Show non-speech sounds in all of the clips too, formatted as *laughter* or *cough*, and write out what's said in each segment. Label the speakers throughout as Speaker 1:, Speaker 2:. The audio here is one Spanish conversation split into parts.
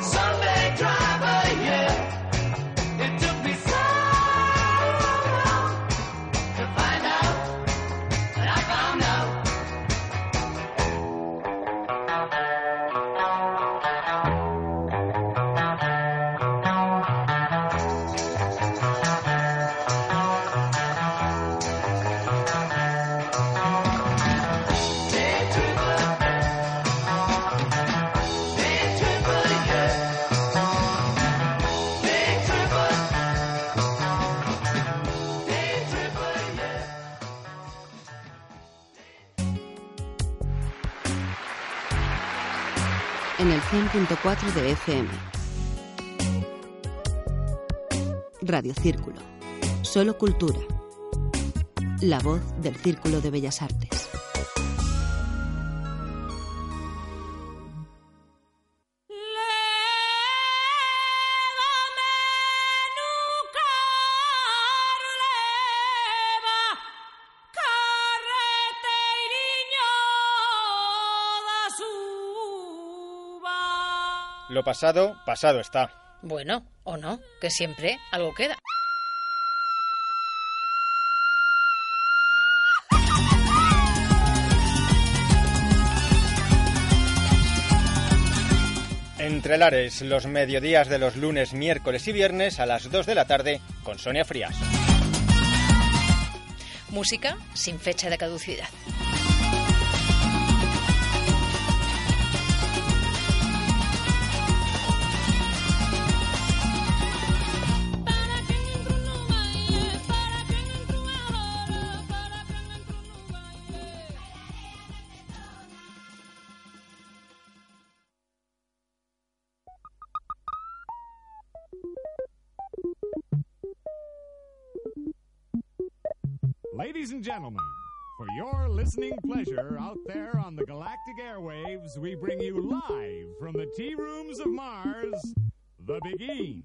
Speaker 1: Sunday driver, yeah. It took me so long to find out, but I found out. Day tripper, day tripper, yeah. Day tripper, day tripper, yeah.
Speaker 2: en el 100.4 de FM. Radio Círculo. Solo cultura. La voz del Círculo de Bellas Artes.
Speaker 3: Lo pasado, pasado está.
Speaker 4: Bueno, o no, que siempre algo queda.
Speaker 3: Entre Lares, los mediodías de los lunes, miércoles y viernes a las 2 de la tarde con Sonia Frías.
Speaker 4: Música sin fecha de caducidad.
Speaker 5: Ladies and gentlemen, for your listening pleasure out there on the galactic airwaves, we bring you live from the tea rooms of Mars, the Begin.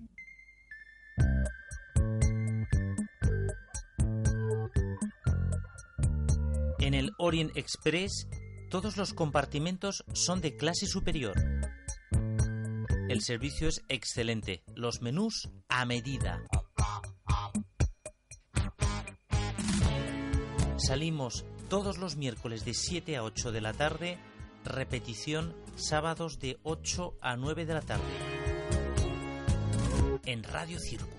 Speaker 6: En el Orient Express, todos los compartimentos son de clase superior. El servicio es excelente, los menús a medida. Salimos todos los miércoles de 7 a 8 de la tarde, repetición sábados de 8 a 9 de la tarde. En Radio Círculo.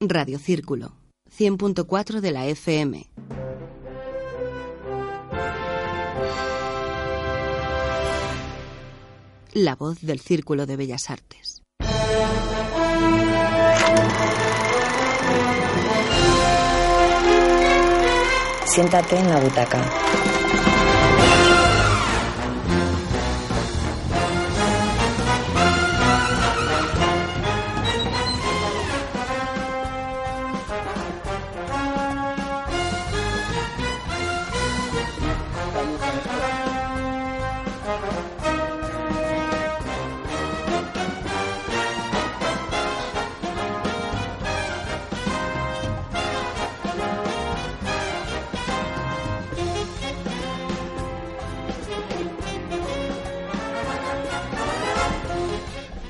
Speaker 2: Radio Círculo. 100.4 de la FM. La voz del Círculo de Bellas Artes.
Speaker 7: Siéntate en la butaca.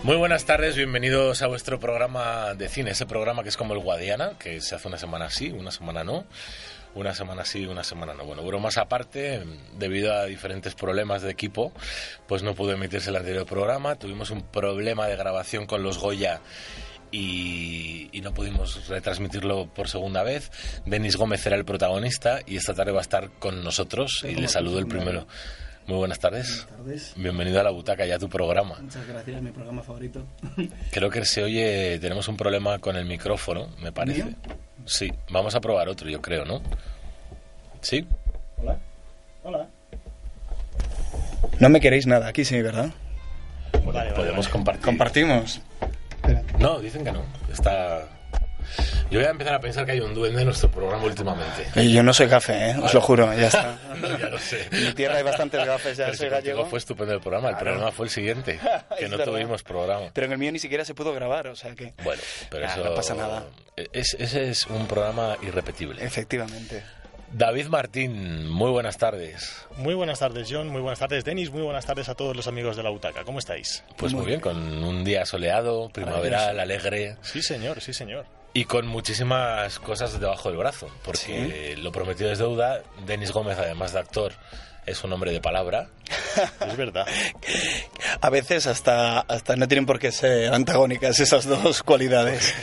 Speaker 8: Muy buenas tardes, bienvenidos a vuestro programa de cine, ese programa que es como el Guadiana, que se hace una semana sí, una semana no, una semana sí, una semana no. Bueno, bromas aparte, debido a diferentes problemas de equipo, pues no pudo emitirse el anterior programa, tuvimos un problema de grabación con los Goya y, y no pudimos retransmitirlo por segunda vez. Denis Gómez era el protagonista y esta tarde va a estar con nosotros y le saludo el primero.
Speaker 6: Muy buenas tardes.
Speaker 9: Buenas tardes.
Speaker 6: Bienvenido a la butaca, ya tu programa.
Speaker 9: Muchas gracias, mi programa favorito.
Speaker 6: *laughs* Creo que se oye, tenemos un problema con el micrófono, me parece.
Speaker 9: ¿Mío?
Speaker 6: Sí, vamos a probar otro, yo creo, ¿no? ¿Sí?
Speaker 9: Hola. Hola. No me queréis nada aquí, sí, ¿verdad?
Speaker 6: Podemos compartir.
Speaker 9: Compartimos.
Speaker 6: No, dicen que no. Está. Yo voy a empezar a pensar que hay un duende en nuestro programa últimamente. *laughs*
Speaker 9: Eh, Yo no soy café, ¿eh? os lo juro, ya *laughs* está.
Speaker 6: No, ya lo sé.
Speaker 9: En mi tierra hay bastantes gafes, ya
Speaker 6: Pero
Speaker 9: soy
Speaker 6: es que contigo
Speaker 9: gallego.
Speaker 6: Fue estupendo el programa, el
Speaker 9: Claro.
Speaker 6: programa fue
Speaker 9: *laughs*
Speaker 6: el siguiente, que
Speaker 9: Es
Speaker 6: no
Speaker 9: verdad.
Speaker 6: tuvimos programa.
Speaker 9: Pero en el mío ni siquiera se pudo grabar, o sea que.
Speaker 6: Bueno, pero
Speaker 9: Ah,
Speaker 6: eso.
Speaker 9: no pasa nada.
Speaker 6: Es, ese es un programa irrepetible.
Speaker 9: Efectivamente.
Speaker 6: David Martín, muy buenas tardes.
Speaker 10: Muy buenas tardes, John. Muy buenas tardes, Denis. Muy buenas tardes a todos los amigos de la butaca. ¿Cómo estáis?
Speaker 6: Pues muy, bien, con un día soleado, primaveral, alegre
Speaker 10: Sí, señor, sí, señor.
Speaker 6: y con muchísimas cosas debajo del brazo, porque lo prometido es deuda. Denis Gómez, además de actor, es un hombre de palabra.
Speaker 10: Es verdad.
Speaker 9: A veces hasta, hasta no tienen por qué ser antagónicas esas dos cualidades.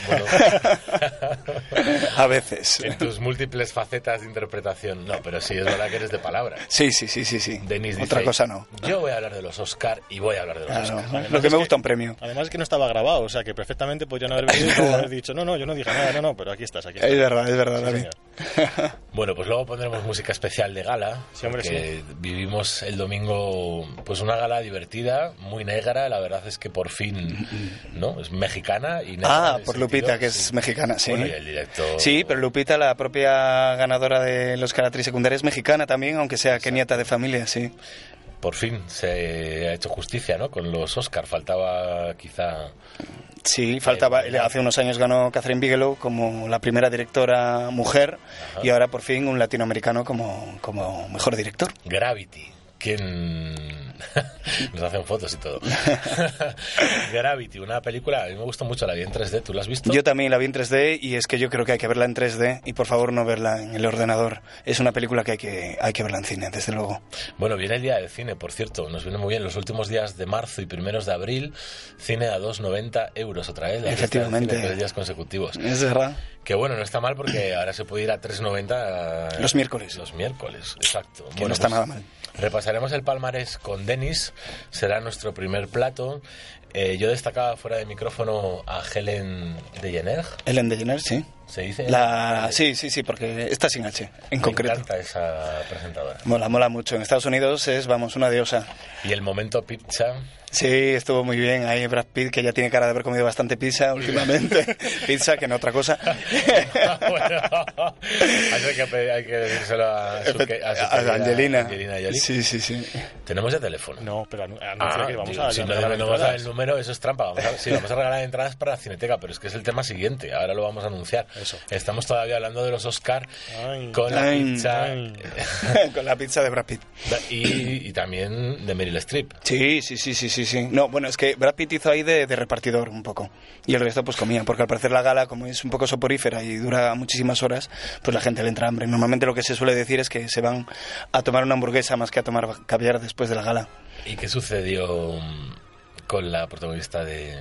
Speaker 9: *laughs* A veces.
Speaker 6: En tus múltiples facetas de interpretación, no, pero sí es verdad que eres de palabra.
Speaker 9: Sí, sí, sí, sí, sí.
Speaker 6: Denis dice,
Speaker 9: Otra cosa no.
Speaker 6: Yo voy a hablar de los Oscar y voy a hablar de los
Speaker 9: Claro,
Speaker 6: Oscar.
Speaker 9: lo que me gusta un premio.
Speaker 10: Además es que no estaba grabado, o sea que perfectamente podrían *laughs* haber venido y
Speaker 9: *laughs*
Speaker 10: haber dicho, no, no, yo no dije nada, no, no, pero aquí estás, aquí
Speaker 9: Es
Speaker 10: estás.
Speaker 9: verdad, es verdad,
Speaker 10: Sí,
Speaker 9: David.
Speaker 10: señor.
Speaker 6: Bueno, pues luego pondremos música especial de gala.
Speaker 10: Sí, hombre,
Speaker 6: porque vivimos el domingo pues una gala divertida, muy negra, la verdad es que por fin, ¿no? Es mexicana y negra en
Speaker 9: Ah,
Speaker 6: el
Speaker 9: por
Speaker 6: sentido-
Speaker 9: Lupita, que es mexicana, sí.
Speaker 6: Bueno, y el director
Speaker 9: Sí, pero Lupita, la propia ganadora de los actriz secundaria, es mexicana también, aunque sea que nieta de familia, sí.
Speaker 6: por fin se ha hecho justicia, ¿no? Con los Oscar faltaba quizá
Speaker 9: Sí, faltaba.
Speaker 6: Eh,
Speaker 9: Hace unos años ganó Catherine Bigelow como la primera directora mujer
Speaker 6: Ajá.
Speaker 9: y ahora por fin un latinoamericano como, como mejor director.
Speaker 6: Gravity. ¿Quién...? *laughs* Nos hacen fotos
Speaker 9: *laughs*
Speaker 6: y todo. Gravity, una película, a mí me gustó mucho, la vi en 3D, ¿tú la has visto?
Speaker 9: Yo también la vi en 3D y es que yo creo que hay que verla en 3D y por favor no verla en el ordenador. Es una película que hay que, hay que verla en cine, desde luego.
Speaker 6: Bueno, viene el día del cine, por cierto. Nos viene muy bien los últimos días de marzo y primeros de abril. Cine a 2,90 euros otra vez. la lista del cine
Speaker 9: Efectivamente.
Speaker 6: Tres días consecutivos.
Speaker 9: Es verdad.
Speaker 6: Pues, Que bueno, no está mal
Speaker 9: *clears throat*
Speaker 6: porque ahora se puede ir a 3,90.
Speaker 9: Los miércoles.
Speaker 6: Los miércoles, exacto. pues
Speaker 9: Que no está nada mal.
Speaker 6: Repasaremos el palmarés con Denis. Será nuestro primer plato. Eh, yo destacaba fuera de micrófono a Helen de Jenner.
Speaker 9: Ellen DeGeneres, sí.
Speaker 6: ¿Se dice?
Speaker 9: La... Sí, sí, sí, porque está sin H, en concreto.
Speaker 6: Eh, Me encanta esa presentadora.
Speaker 9: Mola, mola mucho. En Estados Unidos es, vamos, una diosa.
Speaker 6: Y el momento pizza. *laughs*
Speaker 9: Sí, estuvo muy bien. Ahí Brad Pitt, que ya tiene cara de haber comido bastante pizza
Speaker 6: *laughs*
Speaker 9: últimamente. pizza, que no otra cosa.
Speaker 6: bueno, *laughs* eso hay que, pe- hay que decírselo a, su, que- a
Speaker 9: *laughs*
Speaker 6: su
Speaker 9: A
Speaker 6: querida
Speaker 9: Angelina.
Speaker 6: Angelina Jolie.
Speaker 9: Sí, sí, sí.
Speaker 6: Tenemos ya teléfono.
Speaker 10: No, pero anu- anuncia
Speaker 6: Ah,
Speaker 10: que vamos
Speaker 6: digo,
Speaker 10: a...
Speaker 6: si no,
Speaker 10: regalar
Speaker 6: no vamos a dar el
Speaker 10: entradas.
Speaker 6: número, eso es trampa. Vamos a, sí, vamos a regalar entradas para la Cineteca, pero es que es el tema siguiente. Ahora lo vamos a anunciar. Estamos todavía hablando de los Oscar
Speaker 10: Ay.
Speaker 6: con la
Speaker 9: Ay.
Speaker 6: pizza
Speaker 9: *laughs* Con la pizza de Brad Pitt.
Speaker 6: y, y también de Meryl Streep.
Speaker 9: Sí, sí, sí, sí, sí, sí. No, bueno, es que Brad Pitt hizo ahí de, de repartidor un poco. Y el resto pues comía, porque al parecer la gala, como es un poco soporífera y dura muchísimas horas, pues la gente le entra hambre. Normalmente lo que se suele decir es que se van a tomar una hamburguesa más que a tomar caviar después de la gala.
Speaker 6: ¿Y qué sucedió mm, con la protagonista de,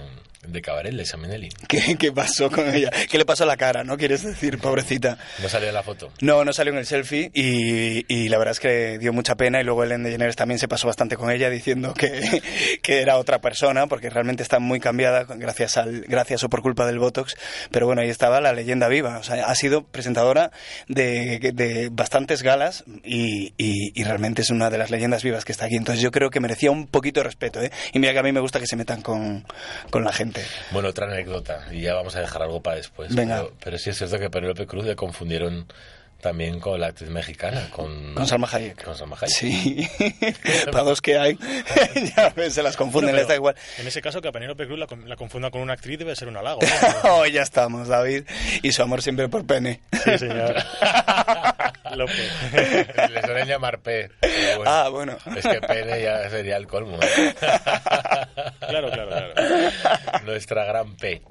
Speaker 6: de Cabaret, Lisa Minnelli?
Speaker 9: ¿Qué, qué pasó con ella? ¿Qué le pasó a la cara, no? Quieres decir, pobrecita.
Speaker 6: No salió en la foto.
Speaker 10: *laughs*
Speaker 9: No, no salió en el selfie y, y la verdad es que dio mucha pena y luego Ellen DeGeneres también se pasó bastante con ella diciendo que, *laughs* que era otra persona porque realmente está muy cambiada con- gracias, al, gracias o por culpa del Botox, pero bueno, ahí estaba la leyenda viva, o sea, ha sido presentadora de, de bastantes galas y, y- y realmente es una de las leyendas vivas que está aquí, entonces yo creo que merecía un poquito de respeto ¿eh? y mira que a mí me gusta que se metan con, con la gente.
Speaker 6: Bueno, otra anécdota, y ya vamos a dejar algo para después.
Speaker 9: Venga.
Speaker 6: Pero, pero sí es cierto que Penélope Cruz le confundieron también con la actriz mexicana, con,
Speaker 9: Con Salma Hayek.
Speaker 6: Mm. con Salma Hayek. *laughs*
Speaker 9: Sí, para dos que hay, ya ves, se las confunden,
Speaker 10: Bueno,
Speaker 9: les da
Speaker 10: pero
Speaker 9: igual. *laughs*
Speaker 10: En ese caso, que a Penélope Cruz la, con- la confunda con una actriz debe ser un halago.
Speaker 9: Oh, ya estamos, David. Y su amor siempre por pene.
Speaker 10: Sí, señor. López.
Speaker 6: *laughs* Le suelen llamar P. pero bueno,
Speaker 9: Ah, bueno.
Speaker 6: Es que Pene ya sería el colmo.
Speaker 9: *laughs*
Speaker 6: ¿eh?
Speaker 10: Claro, claro, claro.
Speaker 6: Nuestra gran P.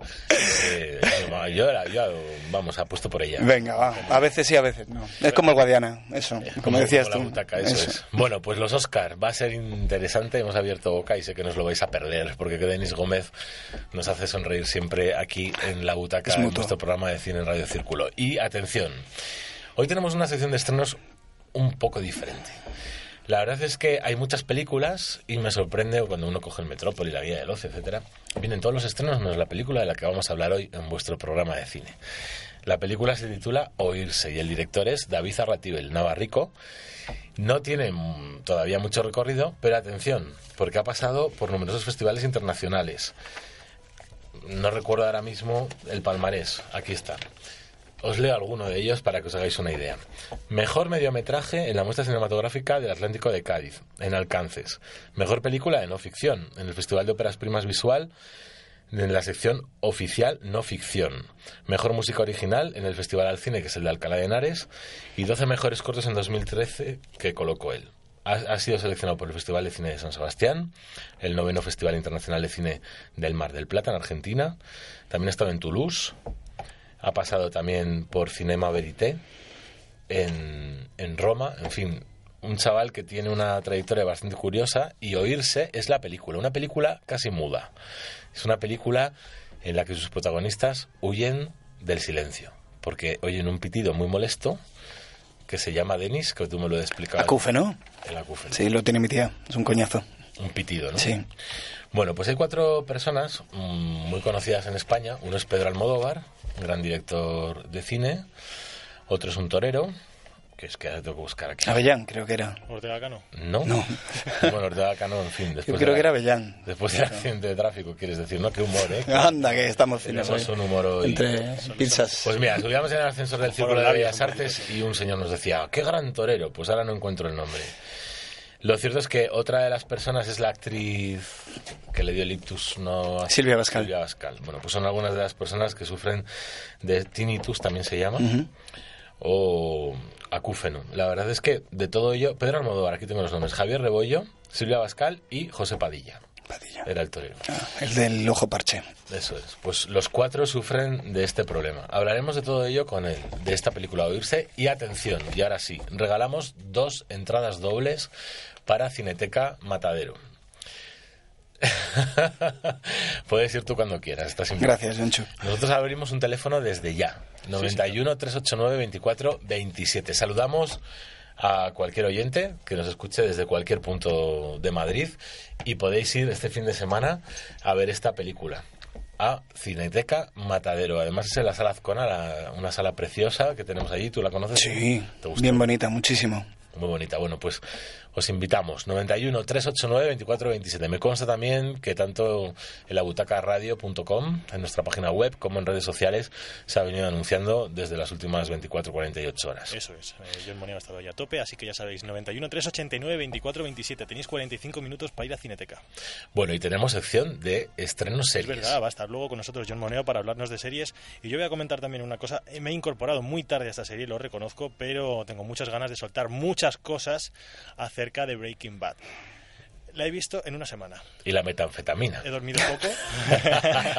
Speaker 6: Eh, bueno, yo, la- yo, vamos, apuesto por ella.
Speaker 9: Venga, va. A veces sí, a veces no. Es como el Guadiana, eso. Como decías
Speaker 6: la
Speaker 9: tú.
Speaker 6: butaca, eso
Speaker 9: Eso.
Speaker 6: es. Bueno, pues los Oscar va a ser interesante. Hemos abierto boca y sé que nos lo vais a perder porque que Denis Gómez nos hace sonreír siempre aquí en la butaca
Speaker 9: Es
Speaker 6: en
Speaker 9: mutuo.
Speaker 6: nuestro programa de cine en Radio Círculo. Y atención, hoy tenemos una sección de estrenos un poco diferente. La verdad es que hay muchas películas y me sorprende cuando uno coge el Metrópoli, La Vía del Ocio, etcétera. Vienen todos los estrenos menos la película de la que vamos a hablar hoy en vuestro programa de cine. La película se titula Oírse y el director es David Arratibel Navarrico. No tiene mm, todavía mucho recorrido, pero atención, porque ha pasado por numerosos festivales internacionales. No recuerdo ahora mismo el palmarés. Aquí está. Os leo alguno de ellos para que os hagáis una idea. Mejor mediometraje en la muestra cinematográfica del Atlántico de Cádiz, en Alcances. Mejor película de no ficción, en el Festival de Óperas Primas Visual, en la sección oficial no ficción. Mejor música original en el Festival al Cine, que es el de Alcalá de Henares. Y 12 mejores cortos en 2013 que colocó él. Ha, ha sido seleccionado por el Festival de Cine de San Sebastián, el noveno Festival Internacional de Cine del Mar del Plata, en Argentina. También ha estado en Toulouse, ha pasado también por Cinema Verité en, en Roma, en fin, un chaval que tiene una trayectoria bastante curiosa y Oírse es la película, una película casi muda. Es una película en la que sus protagonistas huyen del silencio, porque oyen un pitido muy molesto que se llama Denis, que tú me lo explicabas.
Speaker 9: Acufe, ¿no?
Speaker 6: El acufe.
Speaker 9: Sí, lo tiene mi tía. Es un coñazo.
Speaker 6: Un pitido, ¿no?
Speaker 9: Sí.
Speaker 6: Bueno, pues hay cuatro personas mm, muy conocidas en España. Uno es Pedro Almodóvar, gran director de cine. Otro es un torero, que es que ahora tengo que buscar aquí.
Speaker 9: Avellán, creo que era.
Speaker 6: Oh.
Speaker 10: Ortega Cano.
Speaker 6: No.
Speaker 9: Ah, No.
Speaker 6: *laughs* Bueno, Ortega Cano, en fin. Después
Speaker 9: Yo creo
Speaker 6: de la-
Speaker 9: que era Avellán.
Speaker 6: Después del accidente de tráfico, quieres decir, ¿no? Qué humor, ¿eh?
Speaker 9: Anda, que estamos finos
Speaker 6: Tenemos
Speaker 9: hoy.
Speaker 6: un humor hoy.
Speaker 9: Entre pizzas.
Speaker 6: Pues mira, subíamos en el ascensor del Círculo de
Speaker 9: Hola,
Speaker 6: Bellas Artes y un señor nos decía, ¡qué gran torero! Pues ahora no encuentro el nombre. Lo cierto es que otra de las personas es la actriz que le dio el ictus no
Speaker 9: Silvia Bascal.
Speaker 6: Silvia Bascal. Bueno, pues son algunas de las personas que sufren de tinnitus, también se llama,
Speaker 9: Ujú.
Speaker 6: o acúfeno. La verdad es que de todo ello, Pedro Almodóvar, aquí tengo los nombres, Javier Rebollo, Silvia Bascal y José Padilla. Padilla. Era el torero.
Speaker 9: Ah, El del ojo parche.
Speaker 6: Eso es. Pues los cuatro sufren de este problema. Hablaremos de todo ello con él, de esta película Oírse. Y atención, y ahora sí, regalamos dos entradas dobles para Cineteca Matadero. *laughs* Puedes ir tú cuando quieras. Estás invitado.
Speaker 9: Gracias, Jonchu.
Speaker 6: Nosotros abrimos un teléfono desde ya. 91 389 24 27. Saludamos a cualquier oyente que nos escuche desde cualquier punto de Madrid y podéis ir este fin de semana a ver esta película a Cineteca Matadero. Además es en la sala Azcona, la- una sala preciosa que tenemos allí. ¿Tú la conoces?
Speaker 9: Sí,
Speaker 6: ¿Te gustó?
Speaker 9: bien bonita,
Speaker 6: *laughs*
Speaker 9: muchísimo.
Speaker 6: Muy bonita. Bueno, pues os invitamos. 91 389 2427. Me consta también que tanto en la butacaradio.com, en nuestra página web, como en redes sociales, se ha venido anunciando desde las últimas 24 48 horas.
Speaker 10: Eso es. Eh, John Moneo ha estado ya a tope, así que ya sabéis, 91 389 24 27. Tenéis 45 minutos para ir a Cineteca.
Speaker 6: Bueno, y tenemos sección de estrenos
Speaker 10: Es
Speaker 6: series.
Speaker 10: verdad, va a estar luego con nosotros John Moneo para hablarnos de series. Y yo voy a comentar también una cosa. Eh, Me he incorporado muy tarde a esta serie, lo reconozco, pero tengo muchas ganas de soltar muchas cosas acerca de Breaking Bad. La he visto en una semana.
Speaker 6: Y la metanfetamina.
Speaker 10: He dormido poco.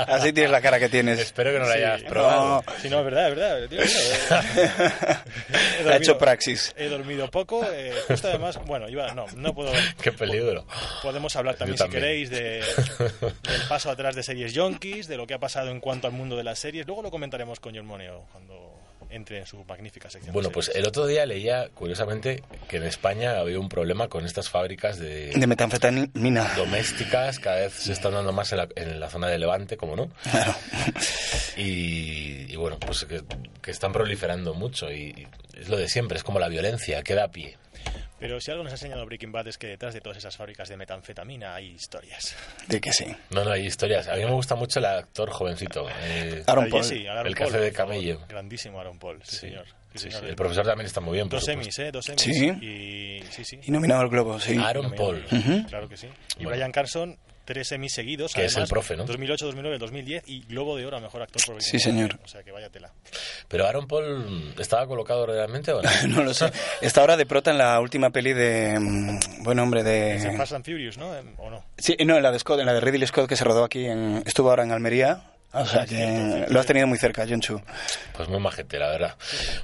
Speaker 9: Así tienes la cara que tienes.
Speaker 6: Espero que no la
Speaker 10: Sí.
Speaker 6: hayas *laughs* probado.
Speaker 10: No, sí, no, es verdad, es verdad. tío, mira, eh, he
Speaker 9: Ha hecho praxis.
Speaker 10: He dormido poco. eh, justo además, bueno, iba, no, no puedo.
Speaker 6: *laughs* Qué peligro.
Speaker 10: Podemos hablar también,
Speaker 6: Yo también.
Speaker 10: si queréis,
Speaker 6: *laughs*
Speaker 10: de, del paso atrás de series yonkis, de lo que ha pasado en cuanto al mundo de las series. Luego lo comentaremos con John Moneo cuando entre en su magnífica sección.
Speaker 6: Bueno,
Speaker 10: de
Speaker 6: pues
Speaker 10: series.
Speaker 6: el otro día leía, curiosamente, que en España había un problema con estas fábricas de,
Speaker 9: De metanfetamina.
Speaker 6: domésticas, cada vez se están dando más en la, en la zona de Levante, como no. Y, y bueno, pues que, que están proliferando mucho y, y es lo de siempre, es como la violencia, queda a pie.
Speaker 10: Pero si algo nos ha enseñado Breaking Bad es que detrás de todas esas fábricas de metanfetamina hay historias.
Speaker 9: De que sí.
Speaker 6: No, no, hay historias. A mí me gusta mucho el actor jovencito. eh,
Speaker 9: Aaron
Speaker 10: Ah,
Speaker 9: Paul.
Speaker 10: Jesse, Aaron
Speaker 6: el que
Speaker 10: Paul,
Speaker 6: hace de
Speaker 10: por favor.
Speaker 6: camello.
Speaker 10: Grandísimo Aaron Paul, sí, señor. Sí,
Speaker 6: Sí,
Speaker 10: señor.
Speaker 6: sí, El profesor también está muy bien. por
Speaker 10: Dos
Speaker 6: supuesto.
Speaker 10: Emmys, ¿eh? Dos Emmys.
Speaker 9: Sí.
Speaker 10: Y, sí, sí.
Speaker 9: Y nominado al Globo, sí.
Speaker 6: Aaron Paul.
Speaker 9: Ujú.
Speaker 10: Claro que sí. Y
Speaker 6: Bueno.
Speaker 10: Brian Carson, tres Emmys seguidos.
Speaker 6: Que es
Speaker 10: además,
Speaker 6: el profe, ¿no?
Speaker 10: 2008, 2009, 2010 y Globo de Oro a Mejor Actor por Breaking
Speaker 9: Sí,
Speaker 10: Bad.
Speaker 9: señor.
Speaker 10: O sea, que vaya tela.
Speaker 6: Pero Aaron Paul estaba colocado realmente o no?
Speaker 9: *laughs* No lo sé. Está ahora de prota en la última peli de. mm, Buen hombre
Speaker 10: Es en
Speaker 9: de.
Speaker 10: Fast and Furious, ¿no? Em, ¿O no?
Speaker 9: Sí, no, en la de Scott, en la de Ridley Scott que se rodó aquí en. Estuvo ahora en Almería. O
Speaker 6: Ah,
Speaker 9: sea que lo has tenido muy cerca, John Chu.
Speaker 6: Pues muy majete, la verdad.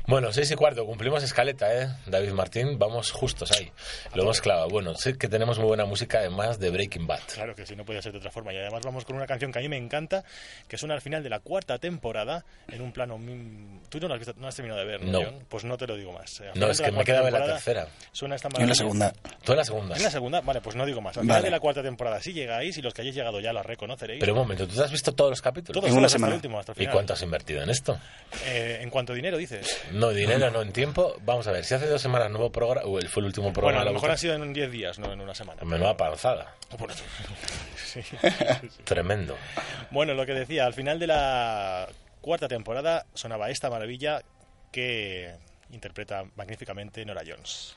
Speaker 6: Bueno, seis y cuarto, cumplimos escaleta, ¿eh? David Martín, vamos justos ahí. Lo hemos clavado. Bueno, sé que tenemos muy buena música, además de Breaking Bad.
Speaker 10: Claro que sí, no podía ser de otra forma. Y además vamos con una canción que a mí me encanta, que suena al final de la cuarta temporada, en un plano... mm, Tú no la has, visto- no has terminado de ver, ¿no,
Speaker 6: No.
Speaker 10: John? Pues no te lo digo más. Eh, al
Speaker 6: No,
Speaker 10: final
Speaker 6: es
Speaker 10: de
Speaker 6: que me
Speaker 10: cuarta
Speaker 6: quedaba en la
Speaker 10: temporada
Speaker 6: tercera.
Speaker 10: Suena esta
Speaker 6: Yo en la
Speaker 10: maravilla.
Speaker 6: segunda. Tú en la segunda.
Speaker 10: ¿En la segunda? Vale, pues no digo más. Al
Speaker 6: Vale.
Speaker 10: final de la cuarta temporada, si llegáis y los que hayáis llegado ya la reconoceréis.
Speaker 6: Pero un momento, ¿tú te has visto todos los capítulos?
Speaker 10: Todos, En una todos, hasta semana. el último, hasta el
Speaker 6: ¿Y
Speaker 10: final.
Speaker 6: cuánto has invertido en esto?
Speaker 10: Eh, en cuanto a dinero, dices.
Speaker 6: No, dinero, no, en tiempo. Vamos a ver, si hace dos semanas nuevo programa, o el fue el último programa.
Speaker 10: bueno, a lo
Speaker 6: la
Speaker 10: mejor
Speaker 6: última-
Speaker 10: ha sido en 10 días, no en una semana.
Speaker 6: Menuda panzada.
Speaker 9: Mm.
Speaker 10: Bueno, sí.
Speaker 6: Tremendo.
Speaker 10: Bueno, lo que decía, al final de la cuarta temporada sonaba esta maravilla que interpreta magníficamente Nora Jones.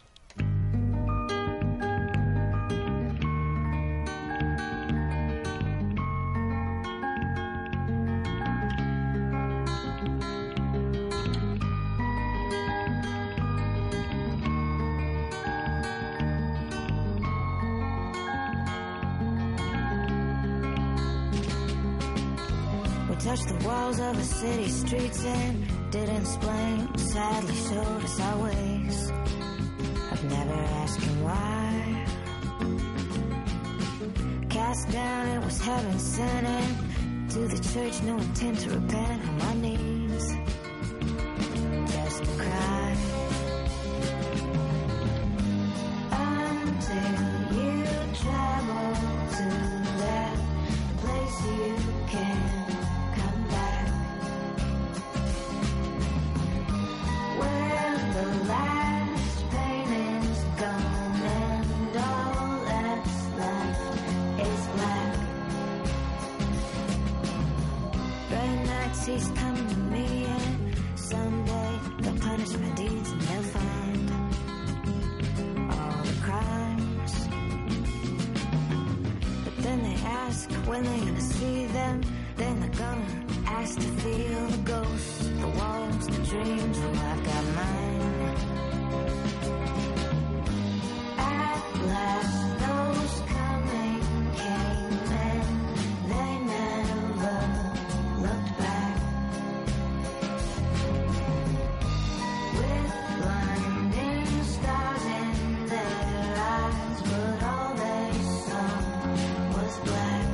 Speaker 3: We touched the walls of the city streets and didn't explain. Sadly, showed us our ways. I've never asked him why. Cast down, it was heaven sent. And to the church, no intent to repent. On my knees, just to cry. Until you travel to that place you can come back. Where the last pain is gone and all that's left is black. Bright nights he's coming to me and someday they'll punish my deeds and they'll find all the crimes. But then they ask when they're gonna see them. Then they're gonna ask to feel the ghosts, the walls, the dreams. Well, I've got mine. At last, those coming came and they never looked back. With blinding stars in their eyes, but all they saw was black.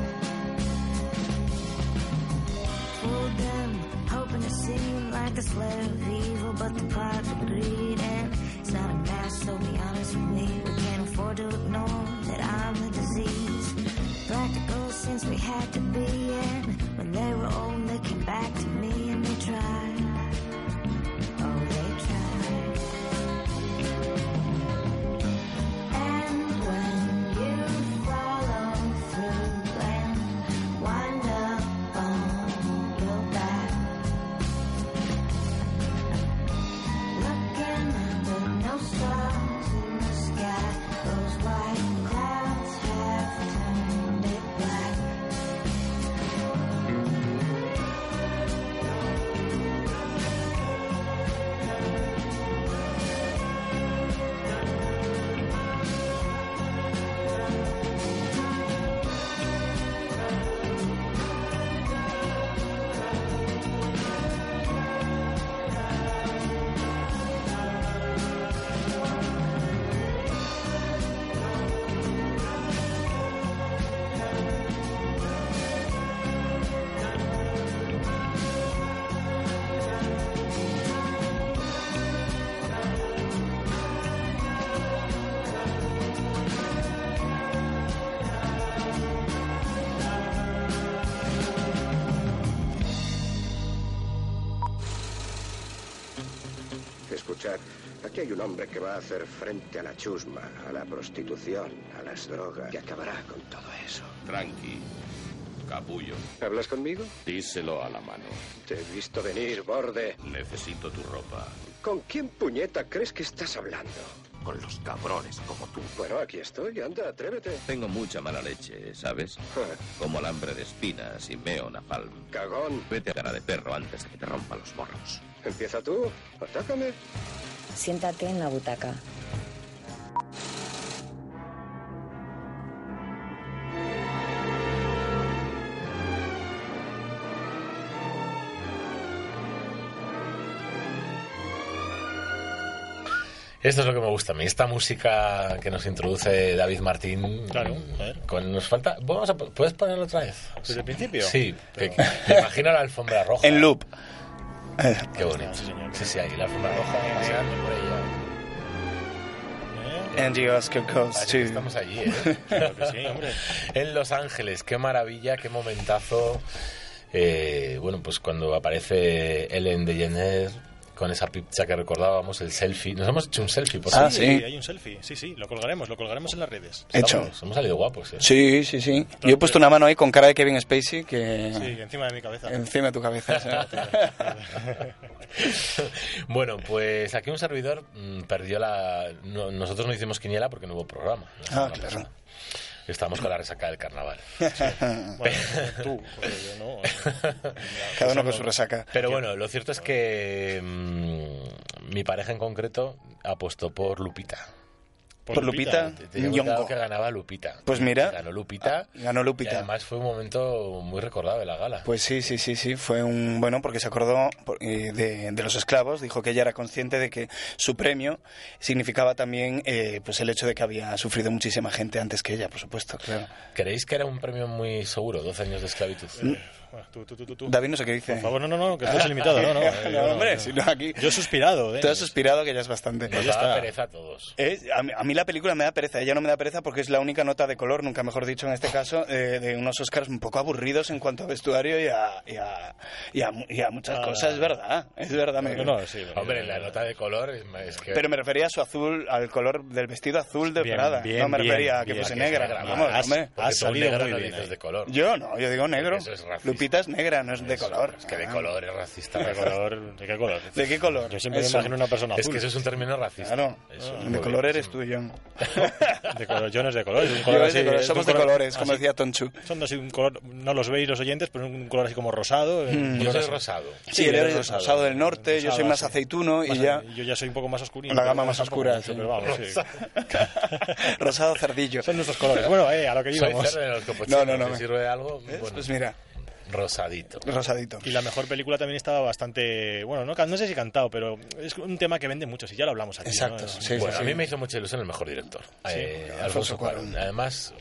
Speaker 3: Fooled them, hoping to seem like a slave of evil, but the plot of greed and it's not a match. So be honest with me, we can't afford to ignore that I'm the disease. Practical since we had to be, and when they were old, they came back to me and they tried. Oh, they tried. And when you follow through and wind up on your back, looking under no stars in the sky, those white clouds have turned it black.
Speaker 11: Escuchad, aquí hay un hombre que va a hacer frente a la chusma, a la prostitución, a las drogas, que acabará con todo eso.
Speaker 12: Tranqui, capullo.
Speaker 11: ¿Hablas conmigo?
Speaker 12: Díselo a la mano.
Speaker 11: Te he visto venir, borde.
Speaker 12: Necesito tu ropa.
Speaker 11: ¿Con quién puñeta crees que estás hablando?
Speaker 12: Con los cabrones como tú.
Speaker 11: Bueno, aquí estoy, anda, atrévete.
Speaker 12: Tengo mucha mala leche, ¿sabes? Como alambre de espinas y meo napalm.
Speaker 11: Cagón.
Speaker 12: Vete a cara de perro antes de que te rompa los morros.
Speaker 11: Empieza tú, atácame.
Speaker 7: Siéntate en la butaca.
Speaker 6: Esto es lo que me gusta a mí, esta música que nos introduce David Martín. Claro, con, nos falta. Vamos a, ¿Puedes ponerlo otra vez?
Speaker 10: ¿Desde el principio?
Speaker 6: Sí, que- me imagino la alfombra roja.
Speaker 9: En loop.
Speaker 6: Qué bonito. Sí, sí, ahí la alfombra roja, paseando por ella.
Speaker 9: Andy Oscar
Speaker 10: Ah,
Speaker 9: Coast,
Speaker 6: Parece que Estamos allí, ¿eh?
Speaker 9: *laughs*
Speaker 6: *laughs* En Los Ángeles, qué maravilla, qué momentazo. Eh, bueno, pues cuando aparece Ellen DeGeneres con esa pizza que recordábamos, el selfie. Nos hemos hecho un selfie, por
Speaker 9: Ah,
Speaker 6: cierto.
Speaker 9: sí.
Speaker 10: Hay un selfie, sí, sí, lo colgaremos, lo colgaremos en las redes.
Speaker 9: Hecho.
Speaker 6: Hemos salido guapos, ¿eh?
Speaker 9: Sí, sí, sí. Yo he puesto una mano ahí con cara de Kevin Spacey que...
Speaker 10: Sí, encima de mi cabeza.
Speaker 9: Encima de tu cabeza. sí.
Speaker 10: *laughs*
Speaker 6: Bueno, pues aquí un servidor mm, perdió la... no- nosotros no hicimos quiniela porque no hubo programa.
Speaker 9: Ah,
Speaker 6: la semana pasada. Estábamos con la resaca del carnaval.
Speaker 10: Bueno, tú, porque yo no. eh.
Speaker 9: *laughs* Cada uno con su resaca.
Speaker 6: Pero bueno, lo cierto es que mm, mi pareja en concreto apostó por Lupita.
Speaker 9: ¿Por ¿Por Lupita? Lupita?
Speaker 6: Te- te había
Speaker 9: Ñongo.
Speaker 6: contado que ganaba Lupita.
Speaker 9: Pues mira,
Speaker 6: Ganó
Speaker 9: Ah,
Speaker 6: Lupita.
Speaker 9: ganó Lupita.
Speaker 6: Y además fue un momento muy recordado de la gala.
Speaker 9: Pues sí, sí, sí, sí. Fue un bueno porque se acordó por- eh, de, de los esclavos. Dijo que ella era consciente de que su premio significaba también eh, pues el hecho de que había sufrido muchísima gente antes que ella, por supuesto. Claro.
Speaker 6: ¿Creéis que era un premio muy seguro, 12 años de esclavitud?
Speaker 10: Bueno, tú, tú, tú, tú, tú.
Speaker 9: David no sé qué dice.
Speaker 10: Por favor, no, no, no, que
Speaker 9: *laughs*
Speaker 10: esto es limitado. No, no, eh, yo
Speaker 9: No,
Speaker 10: no,
Speaker 9: hombre,
Speaker 10: no.
Speaker 9: si no aquí.
Speaker 10: Yo he suspirado, Pues ¿eh?
Speaker 9: Tú has suspirado que ya es bastante.
Speaker 6: Nos daba pereza a todos.
Speaker 9: Es- a, mí, a mí la película me da pereza, ella no me da pereza porque es la única nota de color, nunca mejor dicho en este caso, eh, de unos Oscars un poco aburridos en cuanto a vestuario y a, y a, y a mu- y a muchas
Speaker 6: Ah.
Speaker 9: cosas, es verdad, es verdad. me-
Speaker 6: Hombre, la nota de color es, es que...
Speaker 9: Pero me refería a su azul, al color del vestido azul de
Speaker 6: Bien,
Speaker 9: Prada.
Speaker 6: bien,
Speaker 9: no me
Speaker 6: bien,
Speaker 9: refería a que
Speaker 6: bien,
Speaker 9: fuese
Speaker 6: que
Speaker 9: negra.
Speaker 6: es negra,
Speaker 9: vamos,
Speaker 6: has-
Speaker 9: hombre.
Speaker 6: porque tú negro no dices
Speaker 10: eh.
Speaker 6: de color.
Speaker 9: Yo no, yo digo negro.
Speaker 6: Porque eso es racista.
Speaker 9: Lupita es negra, no es de color. Ah,
Speaker 6: Es que de color es racista.
Speaker 9: ¿De
Speaker 10: color? ¿De qué color?
Speaker 9: ¿De qué color?
Speaker 10: Yo siempre me imagino una persona
Speaker 6: Es
Speaker 10: azul.
Speaker 6: que eso es un término racista.
Speaker 9: Claro. de color eres tú, John.
Speaker 10: *laughs* De color, yo no es de color, es un
Speaker 9: Yo
Speaker 10: color
Speaker 9: es
Speaker 10: así,
Speaker 9: de color,
Speaker 10: es
Speaker 9: somos
Speaker 10: un
Speaker 9: de colores, como decía Tonchu.
Speaker 10: Son así un color, no los veis los oyentes, pero un color así como rosado. eh,
Speaker 9: Mm.
Speaker 10: un
Speaker 9: Yo
Speaker 10: color
Speaker 9: soy
Speaker 10: así.
Speaker 6: rosado.
Speaker 9: Sí, él eres rosado del norte, yo soy más
Speaker 10: así.
Speaker 9: aceituno y
Speaker 10: Más
Speaker 9: ya-
Speaker 10: Yo ya soy un poco más oscurito.
Speaker 9: La gama más
Speaker 10: Tampoco
Speaker 9: oscura,
Speaker 10: mucho,
Speaker 9: sí.
Speaker 10: Pero vamos, sí.
Speaker 9: *laughs* Rosado cerdillo. Son
Speaker 10: nuestros colores. Bueno, eh, a lo que
Speaker 6: Soy
Speaker 10: íbamos.
Speaker 6: cerdo de los
Speaker 9: No,
Speaker 6: copochinos,
Speaker 9: no, no.
Speaker 6: ¿te sirve de algo? Bueno.
Speaker 9: Pues mira,
Speaker 6: Rosadito.
Speaker 9: rosadito.
Speaker 10: Y la mejor película también estaba bastante. Bueno, no, can- no sé si cantado, pero es un tema que vende mucho, si ya lo hablamos aquí.
Speaker 9: Exacto,
Speaker 10: ¿no? Es-
Speaker 6: bueno, a mí me hizo mucha ilusión el mejor director,
Speaker 10: Sí,
Speaker 6: eh,
Speaker 10: claro,
Speaker 6: Alfonso,
Speaker 10: Alfonso
Speaker 6: Cuarón. Además,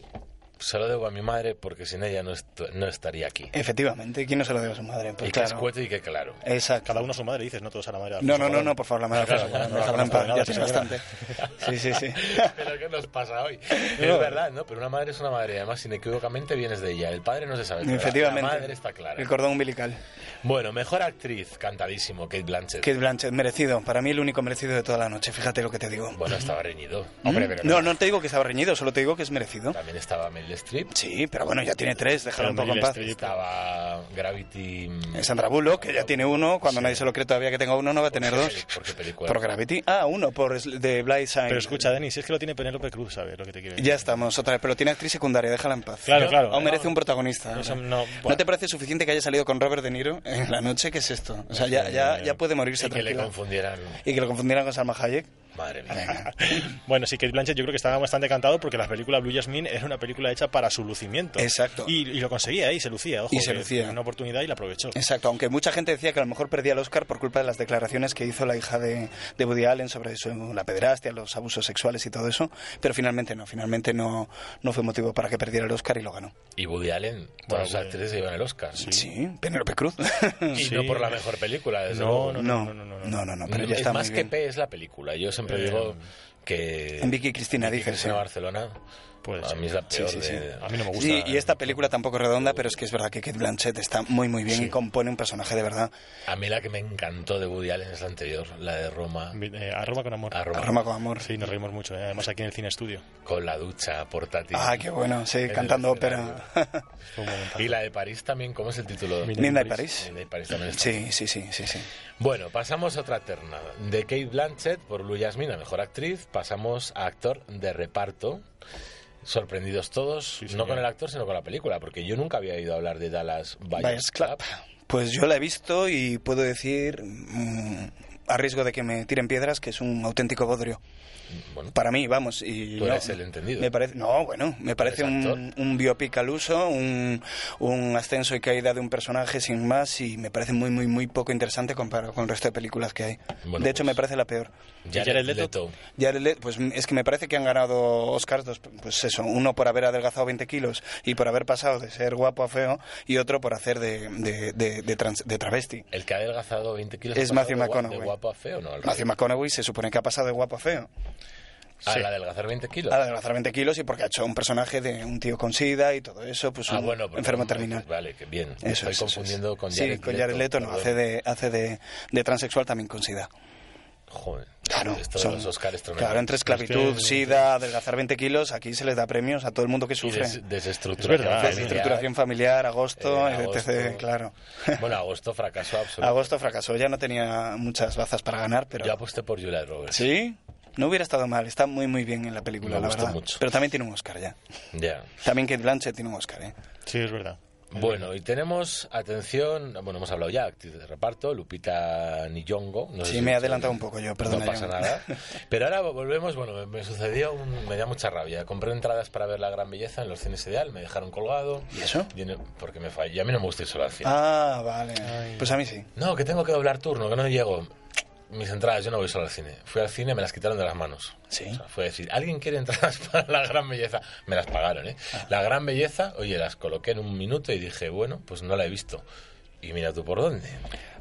Speaker 6: se lo debo a mi madre porque sin ella no, est- no estaría aquí.
Speaker 9: Efectivamente, ¿quién no se lo debe a su madre? Pues
Speaker 6: y que
Speaker 9: claro.
Speaker 6: escueto y que claro.
Speaker 9: Exacto.
Speaker 10: Cada uno a su madre, dices, no todos a la madre. de
Speaker 9: No,
Speaker 10: Alfonso
Speaker 9: no, no,
Speaker 10: Cuarón.
Speaker 9: no, por favor, la madre
Speaker 10: Claro,
Speaker 9: Alfonso Cuarón,
Speaker 10: no,
Speaker 9: déjala en
Speaker 10: no,
Speaker 9: paz,
Speaker 10: nada,
Speaker 9: ya
Speaker 10: sí,
Speaker 9: tiene
Speaker 10: nada.
Speaker 9: bastante. *laughs* Sí, sí, sí.
Speaker 6: *laughs* Pero ¿qué nos pasa hoy? Es
Speaker 9: No.
Speaker 6: verdad, ¿no? Pero una madre es una madre. Además, inequívocamente vienes de ella. El padre no se sabe. pero la-
Speaker 9: Efectivamente.
Speaker 6: La madre está clara.
Speaker 9: El cordón umbilical.
Speaker 6: Bueno, mejor actriz, cantadísimo, Kate Blanchett.
Speaker 9: Kate Blanchett, merecido. Para mí el único merecido de toda la noche, fíjate lo que te digo.
Speaker 6: Bueno, estaba reñido.
Speaker 9: ¿Mm? no, no te digo que estaba reñido, solo te digo que es merecido.
Speaker 6: También estaba Meryl Streep.
Speaker 9: Sí, pero bueno, ya tiene tres, déjalo un poco en paz.
Speaker 6: Estaba Gravity. mm,
Speaker 9: Sandra Bullock, que ya tiene uno, cuando nadie se lo cree todavía que tenga uno, no va a tener
Speaker 6: ¿por
Speaker 9: dos.
Speaker 6: qué peli- ¿Por qué película? eh.
Speaker 9: Por Gravity. Ah, uno, por es- de Blind Side.
Speaker 10: Pero escucha, Denis, si es que lo tiene Penélope Cruz, ¿sabes lo que te quiero decir?
Speaker 9: Ya estamos, otra vez, pero tiene actriz secundaria, déjala en paz.
Speaker 10: Claro, claro.
Speaker 9: O merece un protagonista.
Speaker 10: Eso
Speaker 9: ahora.
Speaker 10: no,
Speaker 9: ¿No te parece suficiente que haya salido con Robert De Niro en la noche? ¿Qué es esto? O sea, ya, ya, ya puede morirse
Speaker 6: Y que le
Speaker 9: tranquilo.
Speaker 6: confundieran.
Speaker 9: Y que lo confundieran con Salma Hayek.
Speaker 6: Madre mía.
Speaker 10: *laughs* Bueno, sí, Kate Blanchett yo creo que estaba bastante cantado porque la película Blue Jasmine era una película hecha para su lucimiento.
Speaker 9: Exacto.
Speaker 10: Y, y lo conseguía, ¿eh? y se lucía, ojo.
Speaker 9: Y se
Speaker 10: que
Speaker 9: lucía.
Speaker 10: tenía Una oportunidad y la aprovechó.
Speaker 9: Exacto, aunque mucha gente decía que a lo mejor perdía el Oscar por culpa de las declaraciones que hizo la hija de, de Woody Allen sobre su- la pederastia, los abusos sexuales y todo eso, pero finalmente no, finalmente no, no fue motivo para que perdiera el Oscar y lo ganó.
Speaker 6: Y Woody Allen,
Speaker 9: Bueno, pues,
Speaker 6: todas las actrices se llevan el Oscar.
Speaker 9: Sí, Penélope
Speaker 6: *laughs*
Speaker 9: Cruz.
Speaker 6: Y no por la mejor película, desde luego.
Speaker 9: no, no, no, no, no, no, pero ya
Speaker 6: es
Speaker 9: está
Speaker 6: más
Speaker 9: muy
Speaker 6: que
Speaker 9: bien.
Speaker 6: P es la película. Yo siempre digo que.
Speaker 9: En Vicky Cristina,
Speaker 6: Vicky
Speaker 9: dices,
Speaker 6: Cristina
Speaker 9: sí.
Speaker 6: Barcelona.
Speaker 10: Pues,
Speaker 9: Pues
Speaker 6: a
Speaker 10: eh,
Speaker 6: mí es la peor de-
Speaker 9: Sí, y esta película tampoco es redonda, pero es que es verdad que Kate Blanchett está muy, muy bien y compone un personaje de verdad.
Speaker 6: A mí la que me encantó de Woody Allen es la anterior, la de Roma.
Speaker 10: Eh, a Roma con amor.
Speaker 6: A Roma.
Speaker 9: con amor.
Speaker 10: Sí, nos reímos mucho, ¿eh? además aquí en el cine estudio.
Speaker 6: Con la ducha portátil.
Speaker 9: Ah, qué bueno, sí,
Speaker 6: En el
Speaker 9: cantando
Speaker 6: escenario.
Speaker 9: ópera. *laughs*
Speaker 6: Y la de París también, ¿cómo es el título?
Speaker 9: Midnight in Paris.
Speaker 6: Midnight Paris también está.
Speaker 9: Sí, sí, sí, sí, sí.
Speaker 6: Bueno, pasamos a otra terna. De Kate Blanchett por Blue Jasmine, a mejor actriz, pasamos a actor de reparto. Sorprendidos todos, no
Speaker 10: señor.
Speaker 6: con el actor, sino con la película, porque yo nunca había oído hablar de Dallas Buyers
Speaker 9: Buyers
Speaker 6: Club.
Speaker 9: Pues yo la he visto y puedo decir mm, a riesgo de que me tiren piedras, que es un auténtico bodrio. Para mí, vamos. Y
Speaker 6: Tú
Speaker 9: no,
Speaker 6: eres el entendido.
Speaker 9: Me parece, no, bueno, me parece
Speaker 6: eres
Speaker 9: un, un biopic al uso, un, un ascenso y caída de un personaje sin más, y me parece muy, muy, muy poco interesante comparado con el resto de películas que hay.
Speaker 6: Bueno, pues
Speaker 9: de hecho, me parece la peor.
Speaker 6: Jared Jared Leto. Leto.
Speaker 9: Jared Le- pues mm, es que me parece que han ganado Oscars dos, pues eso, uno por haber adelgazado 20 kilos y por haber pasado de ser guapo a feo, y otro por hacer de, de, de, de trans- de travesti.
Speaker 6: El que ha adelgazado 20 kilos.
Speaker 9: Es
Speaker 6: ha
Speaker 9: Matthew
Speaker 6: pasado de gua-
Speaker 9: McConaughey.
Speaker 6: De guapo a feo, ¿no? Al
Speaker 9: Matthew McConaughey se supone que ha pasado de guapo a feo.
Speaker 6: Al
Speaker 9: Sí.
Speaker 6: Ah, adelgazar 20 kilos.
Speaker 9: Al adelgazar 20 kilos y porque ha hecho un personaje de un tío con sida y todo eso, pues
Speaker 6: Ah,
Speaker 9: un
Speaker 6: bueno, pero-
Speaker 9: enfermo terminal.
Speaker 6: Vale, que bien.
Speaker 9: Eso
Speaker 6: Estoy
Speaker 9: es, eso
Speaker 6: confundiendo
Speaker 9: es.
Speaker 6: con
Speaker 9: Sí,
Speaker 6: Jared
Speaker 9: con Jared Leto, no,
Speaker 6: perdón.
Speaker 9: hace, de, hace de, de transexual también con sida.
Speaker 6: Joder.
Speaker 9: Claro,
Speaker 6: Esto de
Speaker 9: son-
Speaker 6: los Oscars es tremendo.
Speaker 9: claro, entre esclavitud,
Speaker 6: Es que-
Speaker 9: sida, adelgazar 20 kilos, aquí se les da premios a todo el mundo que
Speaker 6: Y
Speaker 9: sufre.
Speaker 6: des- desestructuración
Speaker 9: Es verdad,
Speaker 6: familiar.
Speaker 9: desestructuración familiar, agosto,
Speaker 6: Ah, Eh, agosto.
Speaker 9: etc. Claro.
Speaker 6: Bueno, agosto fracasó absoluto.
Speaker 9: Agosto fracasó, ya no tenía muchas bazas para ganar, pero...
Speaker 6: Yo aposté por Julia Roberts.
Speaker 9: Sí, no hubiera estado mal, está muy muy bien en la película,
Speaker 6: pues. Me
Speaker 9: la
Speaker 6: gustó
Speaker 9: verdad.
Speaker 6: mucho.
Speaker 9: Pero también tiene un Oscar ya.
Speaker 6: Ya.
Speaker 9: También Kate Blanchett tiene un Oscar, ¿eh?
Speaker 10: Sí, es verdad.
Speaker 6: Bueno, y tenemos, atención, bueno, hemos hablado ya, actriz de reparto, Lupita Nyong'o. no sé
Speaker 9: sí,
Speaker 6: si
Speaker 9: me he
Speaker 6: lo-
Speaker 9: adelantado un poco yo, perdón.
Speaker 6: No
Speaker 9: *laughs*
Speaker 6: pasa nada. Pero ahora volvemos, bueno, me, me sucedió, un- me da mucha rabia. Compré entradas para ver La Gran Belleza en los cines Ideal, me dejaron colgado. ¿Y eso? porque me falló. Y a mí no me gusta ir solo al cine.
Speaker 9: Ah, vale. Pues a mí sí.
Speaker 6: No, que tengo que doblar turno, que no llego. Mis entradas, yo no voy solo al cine. Fui al cine, me las quitaron de las manos. Sí. fue decir, ¿alguien quiere entradas *laughs* para la gran belleza? Me las pagaron, ¿eh?
Speaker 9: Ah.
Speaker 6: La gran belleza, oye, las coloqué en un minuto y dije, bueno, pues no la he visto. Y mira tú por dónde.